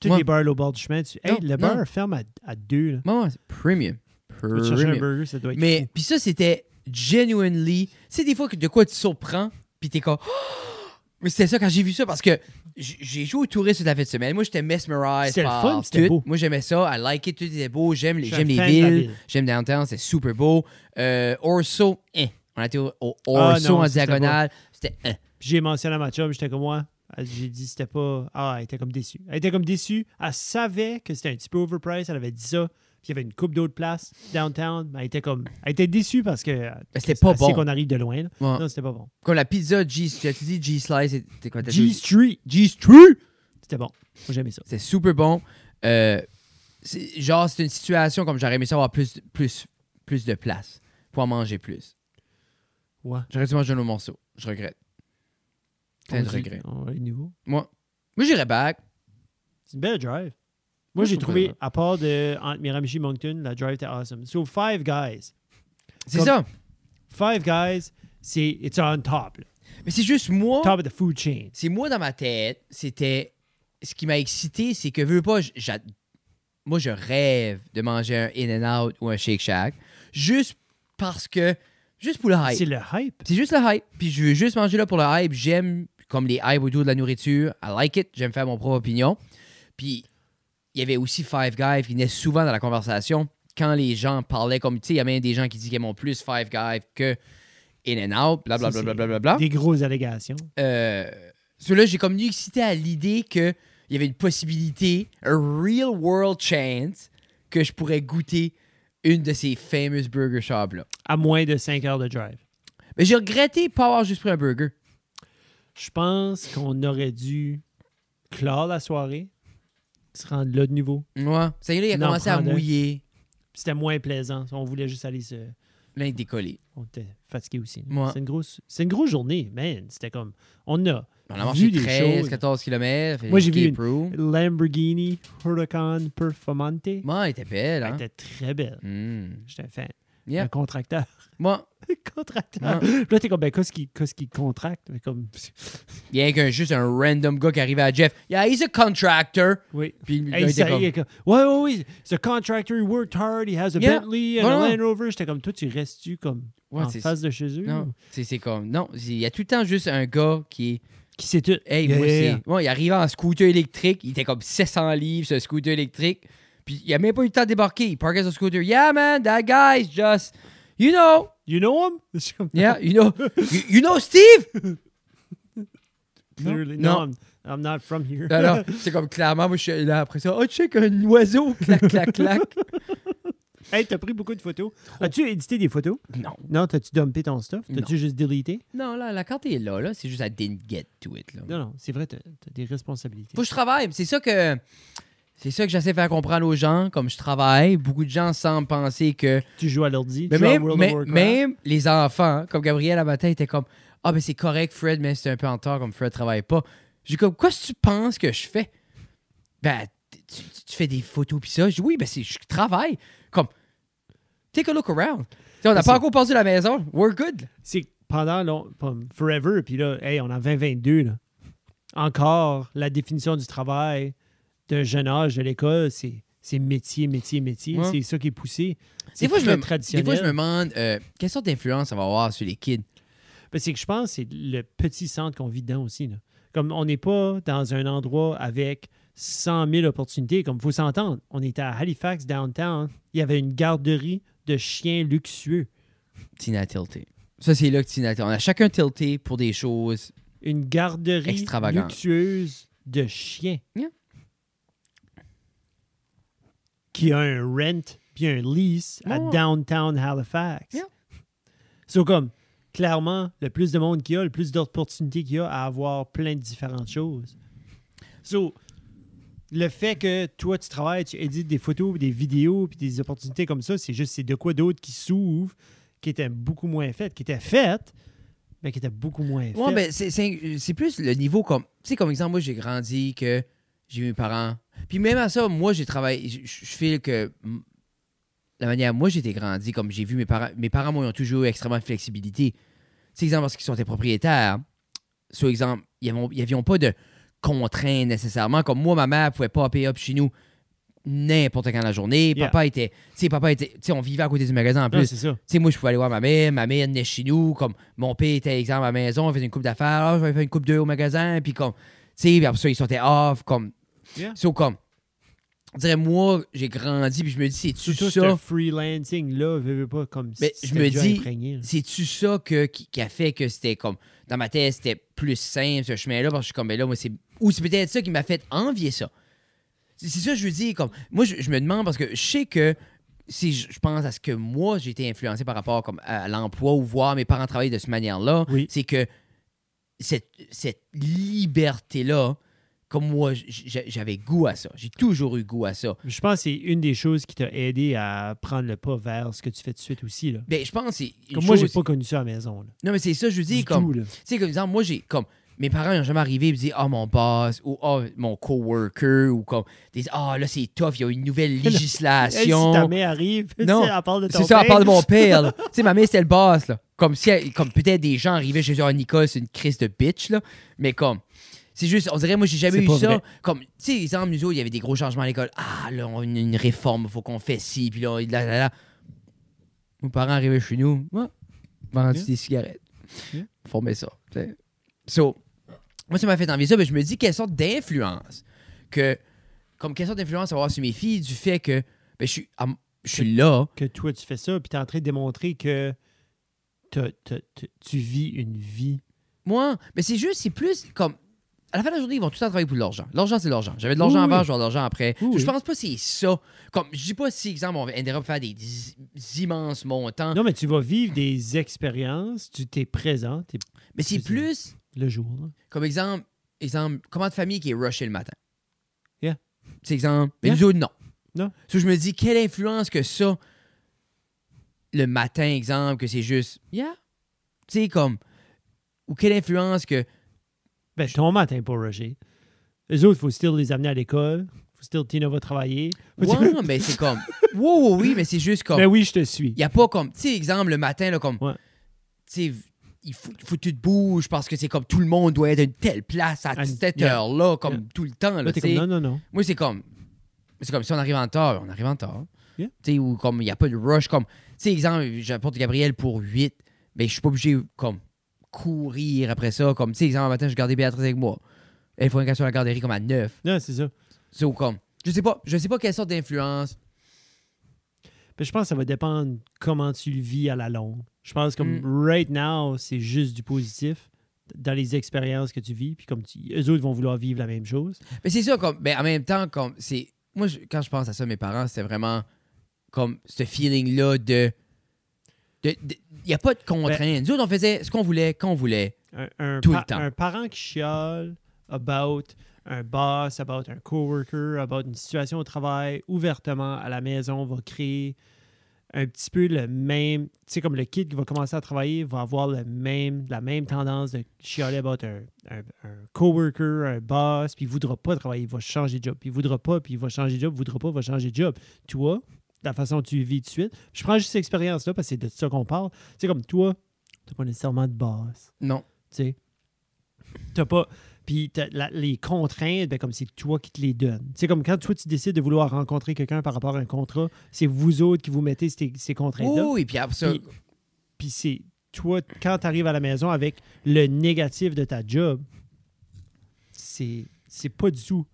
Toutes
Ouais.
les bars là, au bord du chemin. Tu... Hey,
Non,
le
non.
bar ferme à, à deux. Là.
Moi, c'est premium.
Tu vas te chercher un
Premium.
burger, ça doit être
Mais, puis ça, c'était genuinely. C'est des fois que de quoi tu surprends, puis t'es comme. Oh! Mais c'était ça quand j'ai vu ça parce que j- j'ai joué au touriste toute la fin de semaine. Moi, j'étais mesmerized.
C'était le
par
fun, c'était
tout.
beau.
Moi, j'aimais ça. I like it. Tout était beau. J'aime les,
Je suis
j'aime
un
les
fan de la
villes.
ville.
J'aime downtown. C'était super beau. Euh, Orso, eh. On était au, au
Ah,
Orso
non,
en
c'était
diagonale. C'était eh.
Puis j'ai mentionné à ma chum, j'étais comme moi. J'ai dit, c'était pas. Ah, elle était comme déçue. Elle était comme déçue. Elle savait que c'était un petit peu overpriced. Elle avait dit ça. Puis il y avait une coupe d'autres places downtown. Mais elle était comme. Elle était déçue parce que.
c'était pas
elle sait
bon.
qu'on arrive de loin. là.
Ouais.
Non, c'était pas bon.
Comme la pizza G, tu as dit G Slice, c'était quoi t'as dit?
G-Street.
G Street!
C'était bon. Moi, j'aimais ça.
C'est super bon. Euh, c'est- genre, c'est une situation comme j'aurais aimé ça avoir plus, plus, plus de place pour en manger plus.
Ouais.
J'aurais dû manger un autre morceau. Je regrette. Plein de
On dit-
regrets.
on va aller de nouveau.
Moi, moi j'irais back.
C'est une belle drive.
Moi,
Moi,
je
j'ai
trouve
trouvé,
vraiment.
à part de entre Miramichi et Moncton, la drive était awesome. So, Five Guys.
C'est
Comme-
ça.
Five Guys, c'est it's on top. là.
Mais c'est juste moi.
Top of the food chain.
C'est moi dans ma tête. C'était. Ce qui m'a excité, c'est que veux pas. j- j'a- Moi, je rêve de manger un In-N-Out ou un Shake Shack. Juste parce que. Juste pour le hype.
C'est le hype.
C'est juste le hype. Puis je veux juste manger là pour le hype. J'aime comme les hypes autour de la nourriture. I like it. J'aime faire mon propre opinion. Puis il y avait aussi Five Guys qui venait souvent dans la conversation quand les gens parlaient comme tu sais, il y a même des gens qui disent qu'ils aiment plus Five Guys que In and Out,
Ça,
blablabla.
c'est
Bla, bla, bla, bla, bla.
Des grosses allégations.
Euh, Ceux-là, j'ai comme eu excité à l'idée que il y avait une possibilité, a real world chance, que je pourrais goûter une de ces famous burger shops là.
À moins de 5 heures de drive.
Mais j'ai regretté pas avoir juste pris un burger.
Je pense qu'on aurait dû clore la soirée, se rendre là de nouveau.
Ouais. Ça y est, là, il a
Non,
commencé à
prends-le.
mouiller.
C'était moins plaisant. On voulait juste aller se.
Là, il est décollé.
On était fatigué aussi.
Ouais.
C'est une grosse. C'est une grosse journée, man. C'était comme. On a
On a
Vu
marché
des
13,
choses.
14 km.
Moi, j'ai vu une- Lamborghini Huracan Performante.
Moi, il était belle,
Elle
hein?
était très belle.
Hmm.
J'étais un fan.
Yeah. Ah.
Un contracteur.
Moi,
contracteur. Puis Là, t'es comme, ben, qu'est-ce qu'il qu'est-ce qu'il contracte? Mais comme,
il y a qu'un- juste un random gars qui arrive à Jeff. Yeah, he's a contractor.
oui.
Puis là,
Hey,
il
ça,
était comme...
il est comme, ouais, ouais, ouais. It's a contractor, he worked hard, he has a
Yeah.
Bentley and
Non,
a
non.
Land Rover. J'étais comme, toi, tu restes-tu comme
Ouais,
en
c'est-
face de chez eux?
Non,
ou-
c'est c'est comme... Non, c'est- il y a tout le temps juste un gars qui est...
Qui c'est tout?
Hey, moi, hein.
Yeah.
c'est... Moi, il arrivait en scooter électrique. Il était comme 700 livres, ce scooter électrique. Puis il a même pas eu le temps de débarquer. Il parkait son scooter. Yeah, man, that guy's just... You know,
You know him? Je suis comme,
yeah, you know, you, you know Steve?
Clearly. No,
non.
I'm, I'm not from here.
Non, non, c'est comme clairement, moi je suis là après ça. Oh, check un oiseau, clac, clac, clac.
hey, t'as pris beaucoup de photos. As-tu édité des photos?
Non.
Non, t'as-tu dumpé ton stuff? T'as-tu juste deleté?
Non, là, la carte est là, là. C'est juste, I didn't get to it, là.
Non, non, c'est vrai, t'as t'as des responsabilités.
Faut que je travaille. C'est ça que. C'est ça que j'essaie de faire comprendre aux gens, comme je travaille. Beaucoup de gens semblent penser que.
Tu joues à l'ordi,
Mais
tu joues à
même,
World
mais-
of Warcraft.
même les enfants, hein, comme Gabriel à matin, était comme Ah, ben c'est correct, Fred, mais c'est un peu en tort, comme Fred travaille pas. J'ai comme Qu'est-ce que tu penses que je fais Ben, tu, tu- tu fais des photos, puis ça. Je dis Oui, ben c'est- je travaille. Comme Take a look around. Tu sais, on
Mais
n'a pas
c'est-
encore passé la maison. We're good.
c'est que pendant long, pas- forever, puis là, hey, on est en 2022, là. Encore, la définition du travail d'un jeune âge de l'école, c'est c'est métier, métier, métier.
Ouais.
C'est ça qui est poussé. C'est
Des fois, je
très
me, des
traditionnel.
fois, je me demande euh, quelle sorte d'influence ça va avoir sur les kids.
Ben, c'est que je pense que c'est le petit centre qu'on vit dedans aussi. là. Comme on n'est pas dans un endroit avec 100 000 opportunités. Comme il faut s'entendre, on était à Halifax, downtown. Il y avait une garderie de chiens luxueux.
Tina a tilté. Ça, c'est là que Tina a tilté. On a chacun tilté pour des choses.
Une garderie
Extravagante.
luxueuse de chiens.
Yeah.
Qui a un rent puis un lease à
Ouais.
downtown Halifax.
Yeah.
So, comme, clairement, le plus de monde qu'il y a, le plus d'opportunités qu'il y a à avoir plein de différentes choses. So, le fait que toi, tu travailles, tu édites des photos, puis des vidéos, puis des opportunités comme ça, c'est juste c'est de quoi d'autre qui s'ouvre, qui était beaucoup moins faite, qui était faite, mais qui était beaucoup moins faite.
Ouais, ben, c'est- c'est c'est plus le niveau comme. Tu sais, comme exemple, moi, j'ai grandi que j'ai eu mes parents. Puis même à ça, moi, j'ai travaillé. Je je- je feel que. mm, La manière, moi, j'étais grandi, comme j'ai vu mes parents. Mes parents, moi, ils ont toujours eu extrêmement de flexibilité. Tu sais, exemple, parce qu'ils sont des propriétaires. Sur exemple, ils n'avaient pas de contraintes nécessairement. Comme moi, ma mère pouvait pas payer up chez nous n'importe quand de la journée.
Yeah.
Papa était. Tu sais, papa était. Tu sais, on vivait à côté du magasin en
Non,
plus.
c'est ça.
Tu sais, moi, je pouvais aller voir ma mère. Ma mère venait chez nous. Comme mon père était, exemple, à la maison, il faisait une coupe d'affaires. Ah, je vais faire une coupe d'œufs au magasin. Puis, comme, tu sais, puis après ça, ils sortaient off. Comme,
Yeah.
so, comme, on dirait, moi, j'ai grandi. Puis, je me dis, c'est-tu
Surtout
ça?
ce freelancing-là, veux, veux pas comme
Mais
si
je
c'était
me
déjà
dis-
imprégné, là.
C'est-tu ça que, qui, qui a fait que c'était comme, dans ma tête, c'était plus simple, ce chemin-là? Parce que je suis comme, ben là, moi, c'est. Ou c'est peut-être ça qui m'a fait envier ça. C'est c'est ça que je veux dire. Comme, moi, je, je me demande parce que je sais que si je, je pense à ce que moi, j'ai été influencé par rapport comme, à, à l'emploi ou voir mes parents travailler de cette manière-là,
Oui.
c'est que cette, cette liberté-là, comme moi, j- j- j'avais goût à ça. J'ai toujours eu goût à ça.
Je pense que c'est une des choses qui t'a aidé à prendre le pas vers ce que tu fais tout de suite aussi. Là.
Ben, je pense que c'est. une
Comme moi, j'ai
chose-
pas connu ça à la maison. Là.
Non, mais c'est ça, je veux dire.
Du
comme,
tout, là.
Tu sais, comme exemple, moi, j'ai comme. Mes parents ils n'ont jamais arrivé et me dit Ah, mon boss, ou Ah, mon coworker, ou comme. Ils disent Ah, là, c'est tough, il y a une nouvelle
Elle, si
législation.
ta mère arrive,
Non,
tu sais, elle parle de ton
c'est ça, elle
père.
parle de mon père. là. tu sais, ma mère, c'était le boss, là. Comme si, elle- comme peut-être des gens arrivaient chez eux, Ah, Nicole, c'est une crise de bitch, là. Mais comme. C'est juste, on dirait, moi, j'ai jamais
C'est
eu
pas
ça.
vrai.
Comme, tu sais, exemple, nous autres, il y avait des gros changements à l'école. Ah, là, on a une, une réforme, faut qu'on fait ci, puis là, là, là, là. Nos parents arrivaient chez nous, ouais, vendu
Yeah.
des cigarettes.
Yeah.
Formé ça. tu sais. So, moi, ça m'a fait envie ça, mais je me dis, quelle sorte d'influence que. Comme quelle sorte d'influence avoir sur mes filles du fait que ben, je suis à- je suis là,
Que toi, tu fais ça, puis t'es en train de démontrer que t'as- t'as- t'as- tu vis une vie.
Moi, mais c'est juste, c'est plus comme. À la fin de la journée, ils vont tout le temps travailler pour de l'argent. L'argent, c'est de l'argent. J'avais de l'argent
Oui,
avant,
oui.
je vais avoir de l'argent après.
Oui,
Je
oui.
pense pas que c'est ça. Comme, je dis pas si, exemple, on va faire des i- immenses montants,
Non, mais tu vas vivre des expériences, tu t'es présent t'es
mais c'est
c'est ça.
plus,
le jour. là.
comme exemple, exemple, comment de famille qui est rushée le matin.
Yeah.
C'est exemple, mais
Yeah.
nous autres, non.
Non.
So, je me dis, quelle influence que ça, le matin, exemple, que c'est juste, yeah. Tu sais, comme, ou quelle influence que,
Ben, ton matin pour Roger. Les autres, il faut still les amener à l'école. faut still Tina va travailler. Faut-
ouais, mais c'est comme, wow, oui, mais c'est juste comme.
Ben oui, je te suis.
Il n'y a pas comme, tu sais, exemple, le matin, là, comme,
Ouais.
tu sais, il faut, il faut que tu te bouges parce que c'est comme tout le monde doit être à une telle place à
À une-
cette
yeah.
heure-là, comme
Yeah.
tout le temps. Là,
Là, t'es
tu
comme
sais.
non, non, non.
Moi, c'est comme, c'est comme si on arrive en retard, on arrive en retard.
Yeah.
Tu sais, ou comme, il n'y a pas de rush. Comme, tu sais, exemple, j'apporte Gabriel pour 8, mais je suis pas obligé, comme, courir après ça. Comme, tu sais, exemple, le matin, je gardais Béatrice avec moi. Elle faut une question à la garderie comme à 9.
Non, c'est ça.
C'est au comme, je sais pas, je sais pas quelle sorte d'influence.
Ben, je pense que ça va dépendre comment tu le vis à la longue. Je pense comme right now, c'est juste du positif dans les expériences que tu vis. Puis comme tu, eux autres vont vouloir vivre la même chose.
Mais c'est ça, comme, mais en même temps, comme, c'est. Moi, je- quand je pense à ça, mes parents, c'était vraiment comme ce feeling-là de. Il n'y a pas de contrainte.
Ben
Nous autres, on faisait ce qu'on voulait, quand on voulait.
Un, un
Tout le temps.
un parent qui chiale about un boss, about un coworker, about une situation au travail, ouvertement à la maison, va créer un petit peu le même... Tu sais, comme le kid qui va commencer à travailler va avoir le même, la même tendance de chialer about un, un, un coworker, un boss, puis il voudra pas travailler, il va changer de job. Puis il voudra pas, puis il va changer de job, voudra pas, va changer de job. Toi, la façon dont tu vis tout de suite, je prends juste cette expérience-là parce que c'est de ça qu'on parle. Tu sais, comme toi, t'as pas nécessairement de boss,
Non.
tu sais. T'as pas... Puis t'as la- les contraintes, ben, comme c'est toi qui te les donnes. C'est comme quand toi, tu décides de vouloir rencontrer quelqu'un par rapport à un contrat, c'est vous autres qui vous mettez ces, ces contraintes-là.
Oh, et puis après ça.
Puis- Puis c'est toi, quand tu arrives à la maison avec le négatif de ta job, c'est c'est pas du tout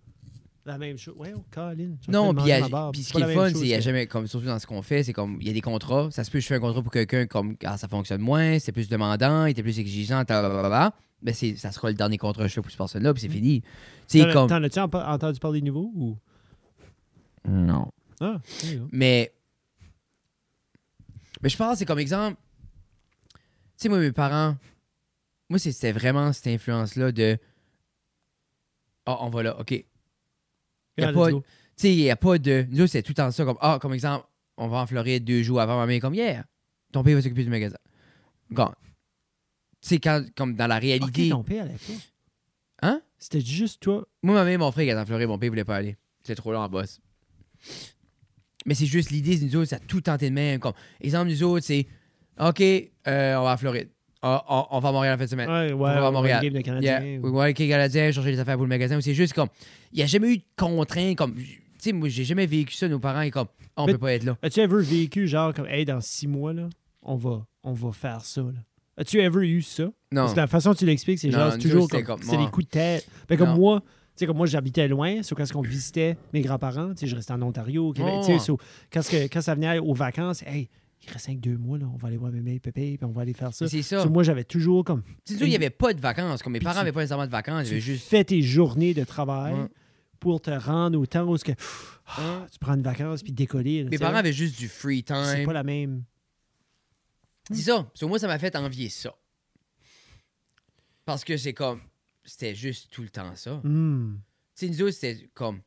la même chose. Ouais, oh, Colin. j'ai
Non,
envie de
puis il y a-
manger ma barbe.
puis ce
C'est pas
qui est
la même
le fun, c'est
chose
qu'il y a
que-
jamais, comme surtout dans ce qu'on fait, c'est comme il y a des contrats. Ça se peut, je fais un contrat pour quelqu'un, comme ah, ça fonctionne moins, c'est plus demandant, il était plus exigeant, blablabla. Ben, c'est- ça sera le dernier contrat que je fais pour cette personne-là, puis
Mm.
c'est fini. Tu sais,
T'en-
comme.
T'en as-tu en- entendu parler de nouveau ou.
Non.
Ah, oui, hein.
Mais. Mais je pense, c'est comme exemple. Tu sais, moi, mes parents. Moi, c'est- c'était vraiment cette influence-là de. Ah, on va là, OK. Tu Y a
Ah, let's
pas-
go.
sais, il n'y a pas de. Nous, autres, c'est tout le temps ça, comme. Ah, comme exemple, on va en Floride deux jours avant ma mère, comme hier. Ton père va s'occuper du magasin. Comme. Tu sais, quand, comme dans la réalité.
Ok, ton père, elle a fait.
Hein?
C'était juste toi.
Moi, ma mère et mon frère, qui étaient en Floride, mon père voulait pas aller. C'était trop long en boss. Mais c'est juste l'idée, nous autres, ça a tout tenté de même. Comme, exemple, nous autres, c'est OK, euh, on va en Floride. On, on- on va à Montréal en fin de semaine.
Ouais, ouais,
va à
ouais,
Montréal.
Game de Canadien.
Yeah.
ou-
Oui, ouais, OK, Canadien, chercher les affaires pour le magasin. Ou C'est juste comme, il n'y a jamais eu de contraintes. Comme, tu sais, moi, j'ai jamais vécu ça. Nos parents, ils comme, on
Mais-
peut pas être là.
As-tu ever vécu, genre, comme, hey, dans six mois, là, on va, on va faire ça, là? As-tu ever eu ça?
Non.
Parce que la façon dont tu l'expliques, c'est
Non,
genre, c'est
nous
toujours comme,
autres, c'était
comme
comme
c'est
moi.
des coups de tête. Fait comme
Non.
moi, tu sais, comme moi, j'habitais loin, sauf quand on visitait mes grands-parents, tu sais, je restais en Ontario, au Québec,
Oh,
tu sais,
ouais.
so, quand, ce que- quand ça venait aux vacances, hey, il reste cinq, deux mois, là, on va aller voir mes pépé, puis on va aller faire ça.
Mais C'est ça.
So, moi, j'avais toujours comme,
C'est sûr, il n'y avait pas de vacances. Comme mes
Puis
parents
tu-
n'avaient pas nécessairement de vacances. Ils
tu
avaient juste.
fais tes journées de travail
Ouais.
pour te rendre au temps où ce que, ah,
Hein?
tu prends une vacance puis décoller. là,
Mes
tu sais,
parents avaient juste du free
C'est
time.
pas la même.
C'est ça. Sur moi, ça m'a fait envier ça. Parce que c'est comme. C'était juste tout le temps ça.
Hmm.
Tu sais, nous autres, c'était comme.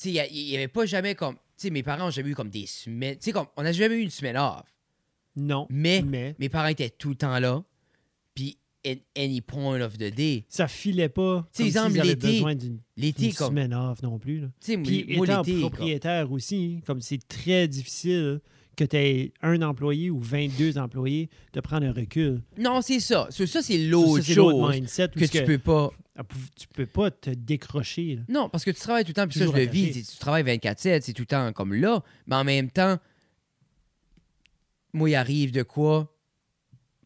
Tu sais, il n'y avait pas jamais comme. Tu sais, mes parents ont jamais eu comme des semaines. Tu sais, comme. On n'a jamais eu une semaine off.
Non.
Mais
Mais
mes parents étaient tout le temps là. Puis, at any point of the day.
ça filait pas.
Tu sais,
comme s'ils
exemple,
avaient
l'été,
besoin d'une
L'été,
d'une
comme.
semaine off non plus. là.
Tu sais, moi,
Puis
moi,
étant
l'été. comme-
propriétaire aussi, comme c'est très difficile que tu aies un employé ou 22 employés de prendre un recul.
Non, c'est ça. Sur ça, c'est
Ça,
l'autre
c'est l'autre
chose
mindset où
que
ce
tu
que
peux pas.
ah, pouf, tu peux pas te décrocher. là.
Non, parce que tu travailles tout le temps, puis ça, je
Toujours
le
attaché.
vis, c'est- tu travailles 24-7, c'est tout le temps comme là, mais en même temps, moi, il arrive de quoi,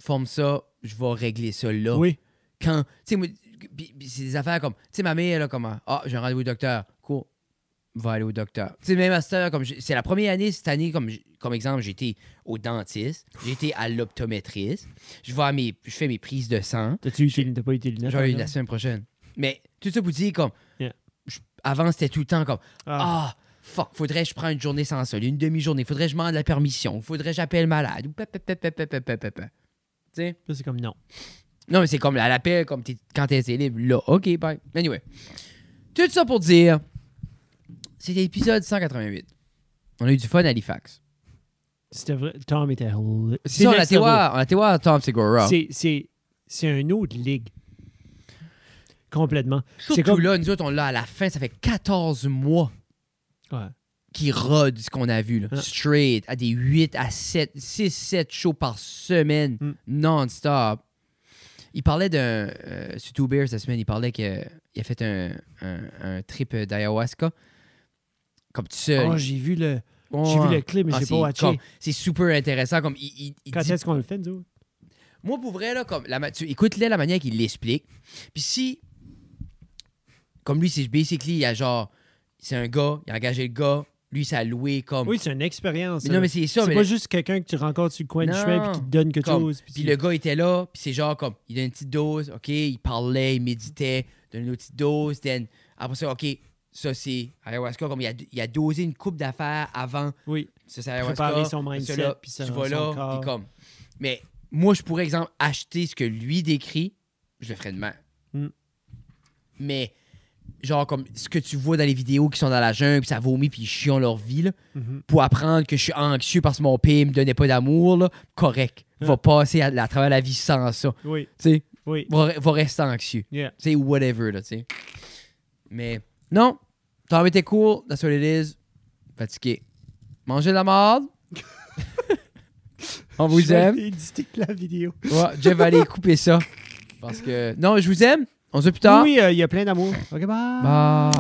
forme ça, je vais régler ça là.
Oui.
Quand, tu sais, moi, puis- puis c'est des affaires comme, tu sais, ma mère, là, comment, ah, j'ai un rendez-vous au docteur, cool, va aller au docteur. Tu sais, même à cette heure, comme, j'ai- c'est la première année, cette année, comme, j'- comme exemple, j'étais au dentiste, j'étais à l'optométriste, je vais à mes, je fais mes prises de sang,
T'as-tu eu tes- t'as pas eu tes lunettes?
j'en ai
hein,
Ah, la
là?
semaine prochaine. Mais tout ça pour dire, comme,
Yeah.
je- avant, c'était tout le temps comme,
Ah,
ah, fuck, faudrait que je prenne une journée sans sol, une demi-journée, faudrait que je demande la permission, faudrait que j'appelle malade. ou pa, pa, pa, pa, pa, pa, pa, pa, pa. Tu sais?
ça, c'est comme non.
Non, mais c'est comme à l'appel, comme t'es- quand t'es t'es libre, là. OK, bye. Anyway. Tout ça pour dire, c'était épisode 188. On a eu du fun à Halifax.
C'était vrai. Tom était.
C'est ça, on a
next
été
level.
voir, on a été voir Tom Segura.
C'est- C'est c'est une autre ligue. Complètement.
Surtout
comme-
là, nous autres, on l'a à la fin, ça fait 14 mois
Ouais.
qui rôde ce qu'on a vu. Là.
Ah.
Straight, à des 8 à 7, 6, 7 shows par semaine,
Mm.
non-stop. Il parlait d'un. Euh, sur Two Bears cette semaine, il parlait qu'il a fait un, un- un trip d'ayahuasca. Comme tout seul.
Oh, j'ai vu le,
Euh, Ouais.
j'ai vu le clip, mais
Ah,
j'ai
c'est
pas watché.
comme- C'est super intéressant. Comme il, il- il
Quand
dit-
est-ce qu'on le fait, nous autres?
Moi, pour vrai, là, comme, la, ma- tu écoute-le la manière qu'il l'explique. Puis si. Comme lui, c'est basically, il y a genre. C'est un gars, il a engagé le gars, lui, ça a loué comme.
Oui, c'est une expérience.
Mais
ça,
non,
là.
mais c'est ça.
C'est
mais
pas
le-
juste quelqu'un que tu rencontres sur le coin du
Non,
chemin et qui te donne quelque
comme-
chose. Puis
Puis
tu-
le gars était là, puis c'est genre comme, il donne une petite dose, OK, il parlait, il méditait, donne une autre petite dose, then, après ça, OK, ça c'est ayahuasca, comme il a, il a dosé une coupe d'affaires avant,
Oui,
ça c'est
préparer
ayahuasca,
son
ça,
mindset,
là,
puis ça,
tu vas
son
là,
corps.
puis comme. Mais moi, je pourrais, exemple, acheter ce que lui décrit, je le ferais de même.
Mm.
Mais, genre, comme ce que tu vois dans les vidéos qui sont dans la jungle, puis ça vomit, puis ils chiant leur vie, là,
Mhm.
pour apprendre que je suis anxieux parce que mon père me donnait pas d'amour, là, correct. Va
Ouais.
passer à, à travers la vie sans ça.
oui,
Tu sais,
oui.
va, re- va rester anxieux.
Yeah.
Tu sais, whatever, là, tu sais. Mais non, t'as envie t'es cool, that's what it is. Fatigué. Mangez de la marde. On vous
Je vais
aime.
éditer la vidéo.
Ouais, Jeff va aller couper ça. Parce que. Non, je vous aime. On se voit plus tard.
euh, Oui, euh, il y a plein d'amour. OK, bye.
Bye.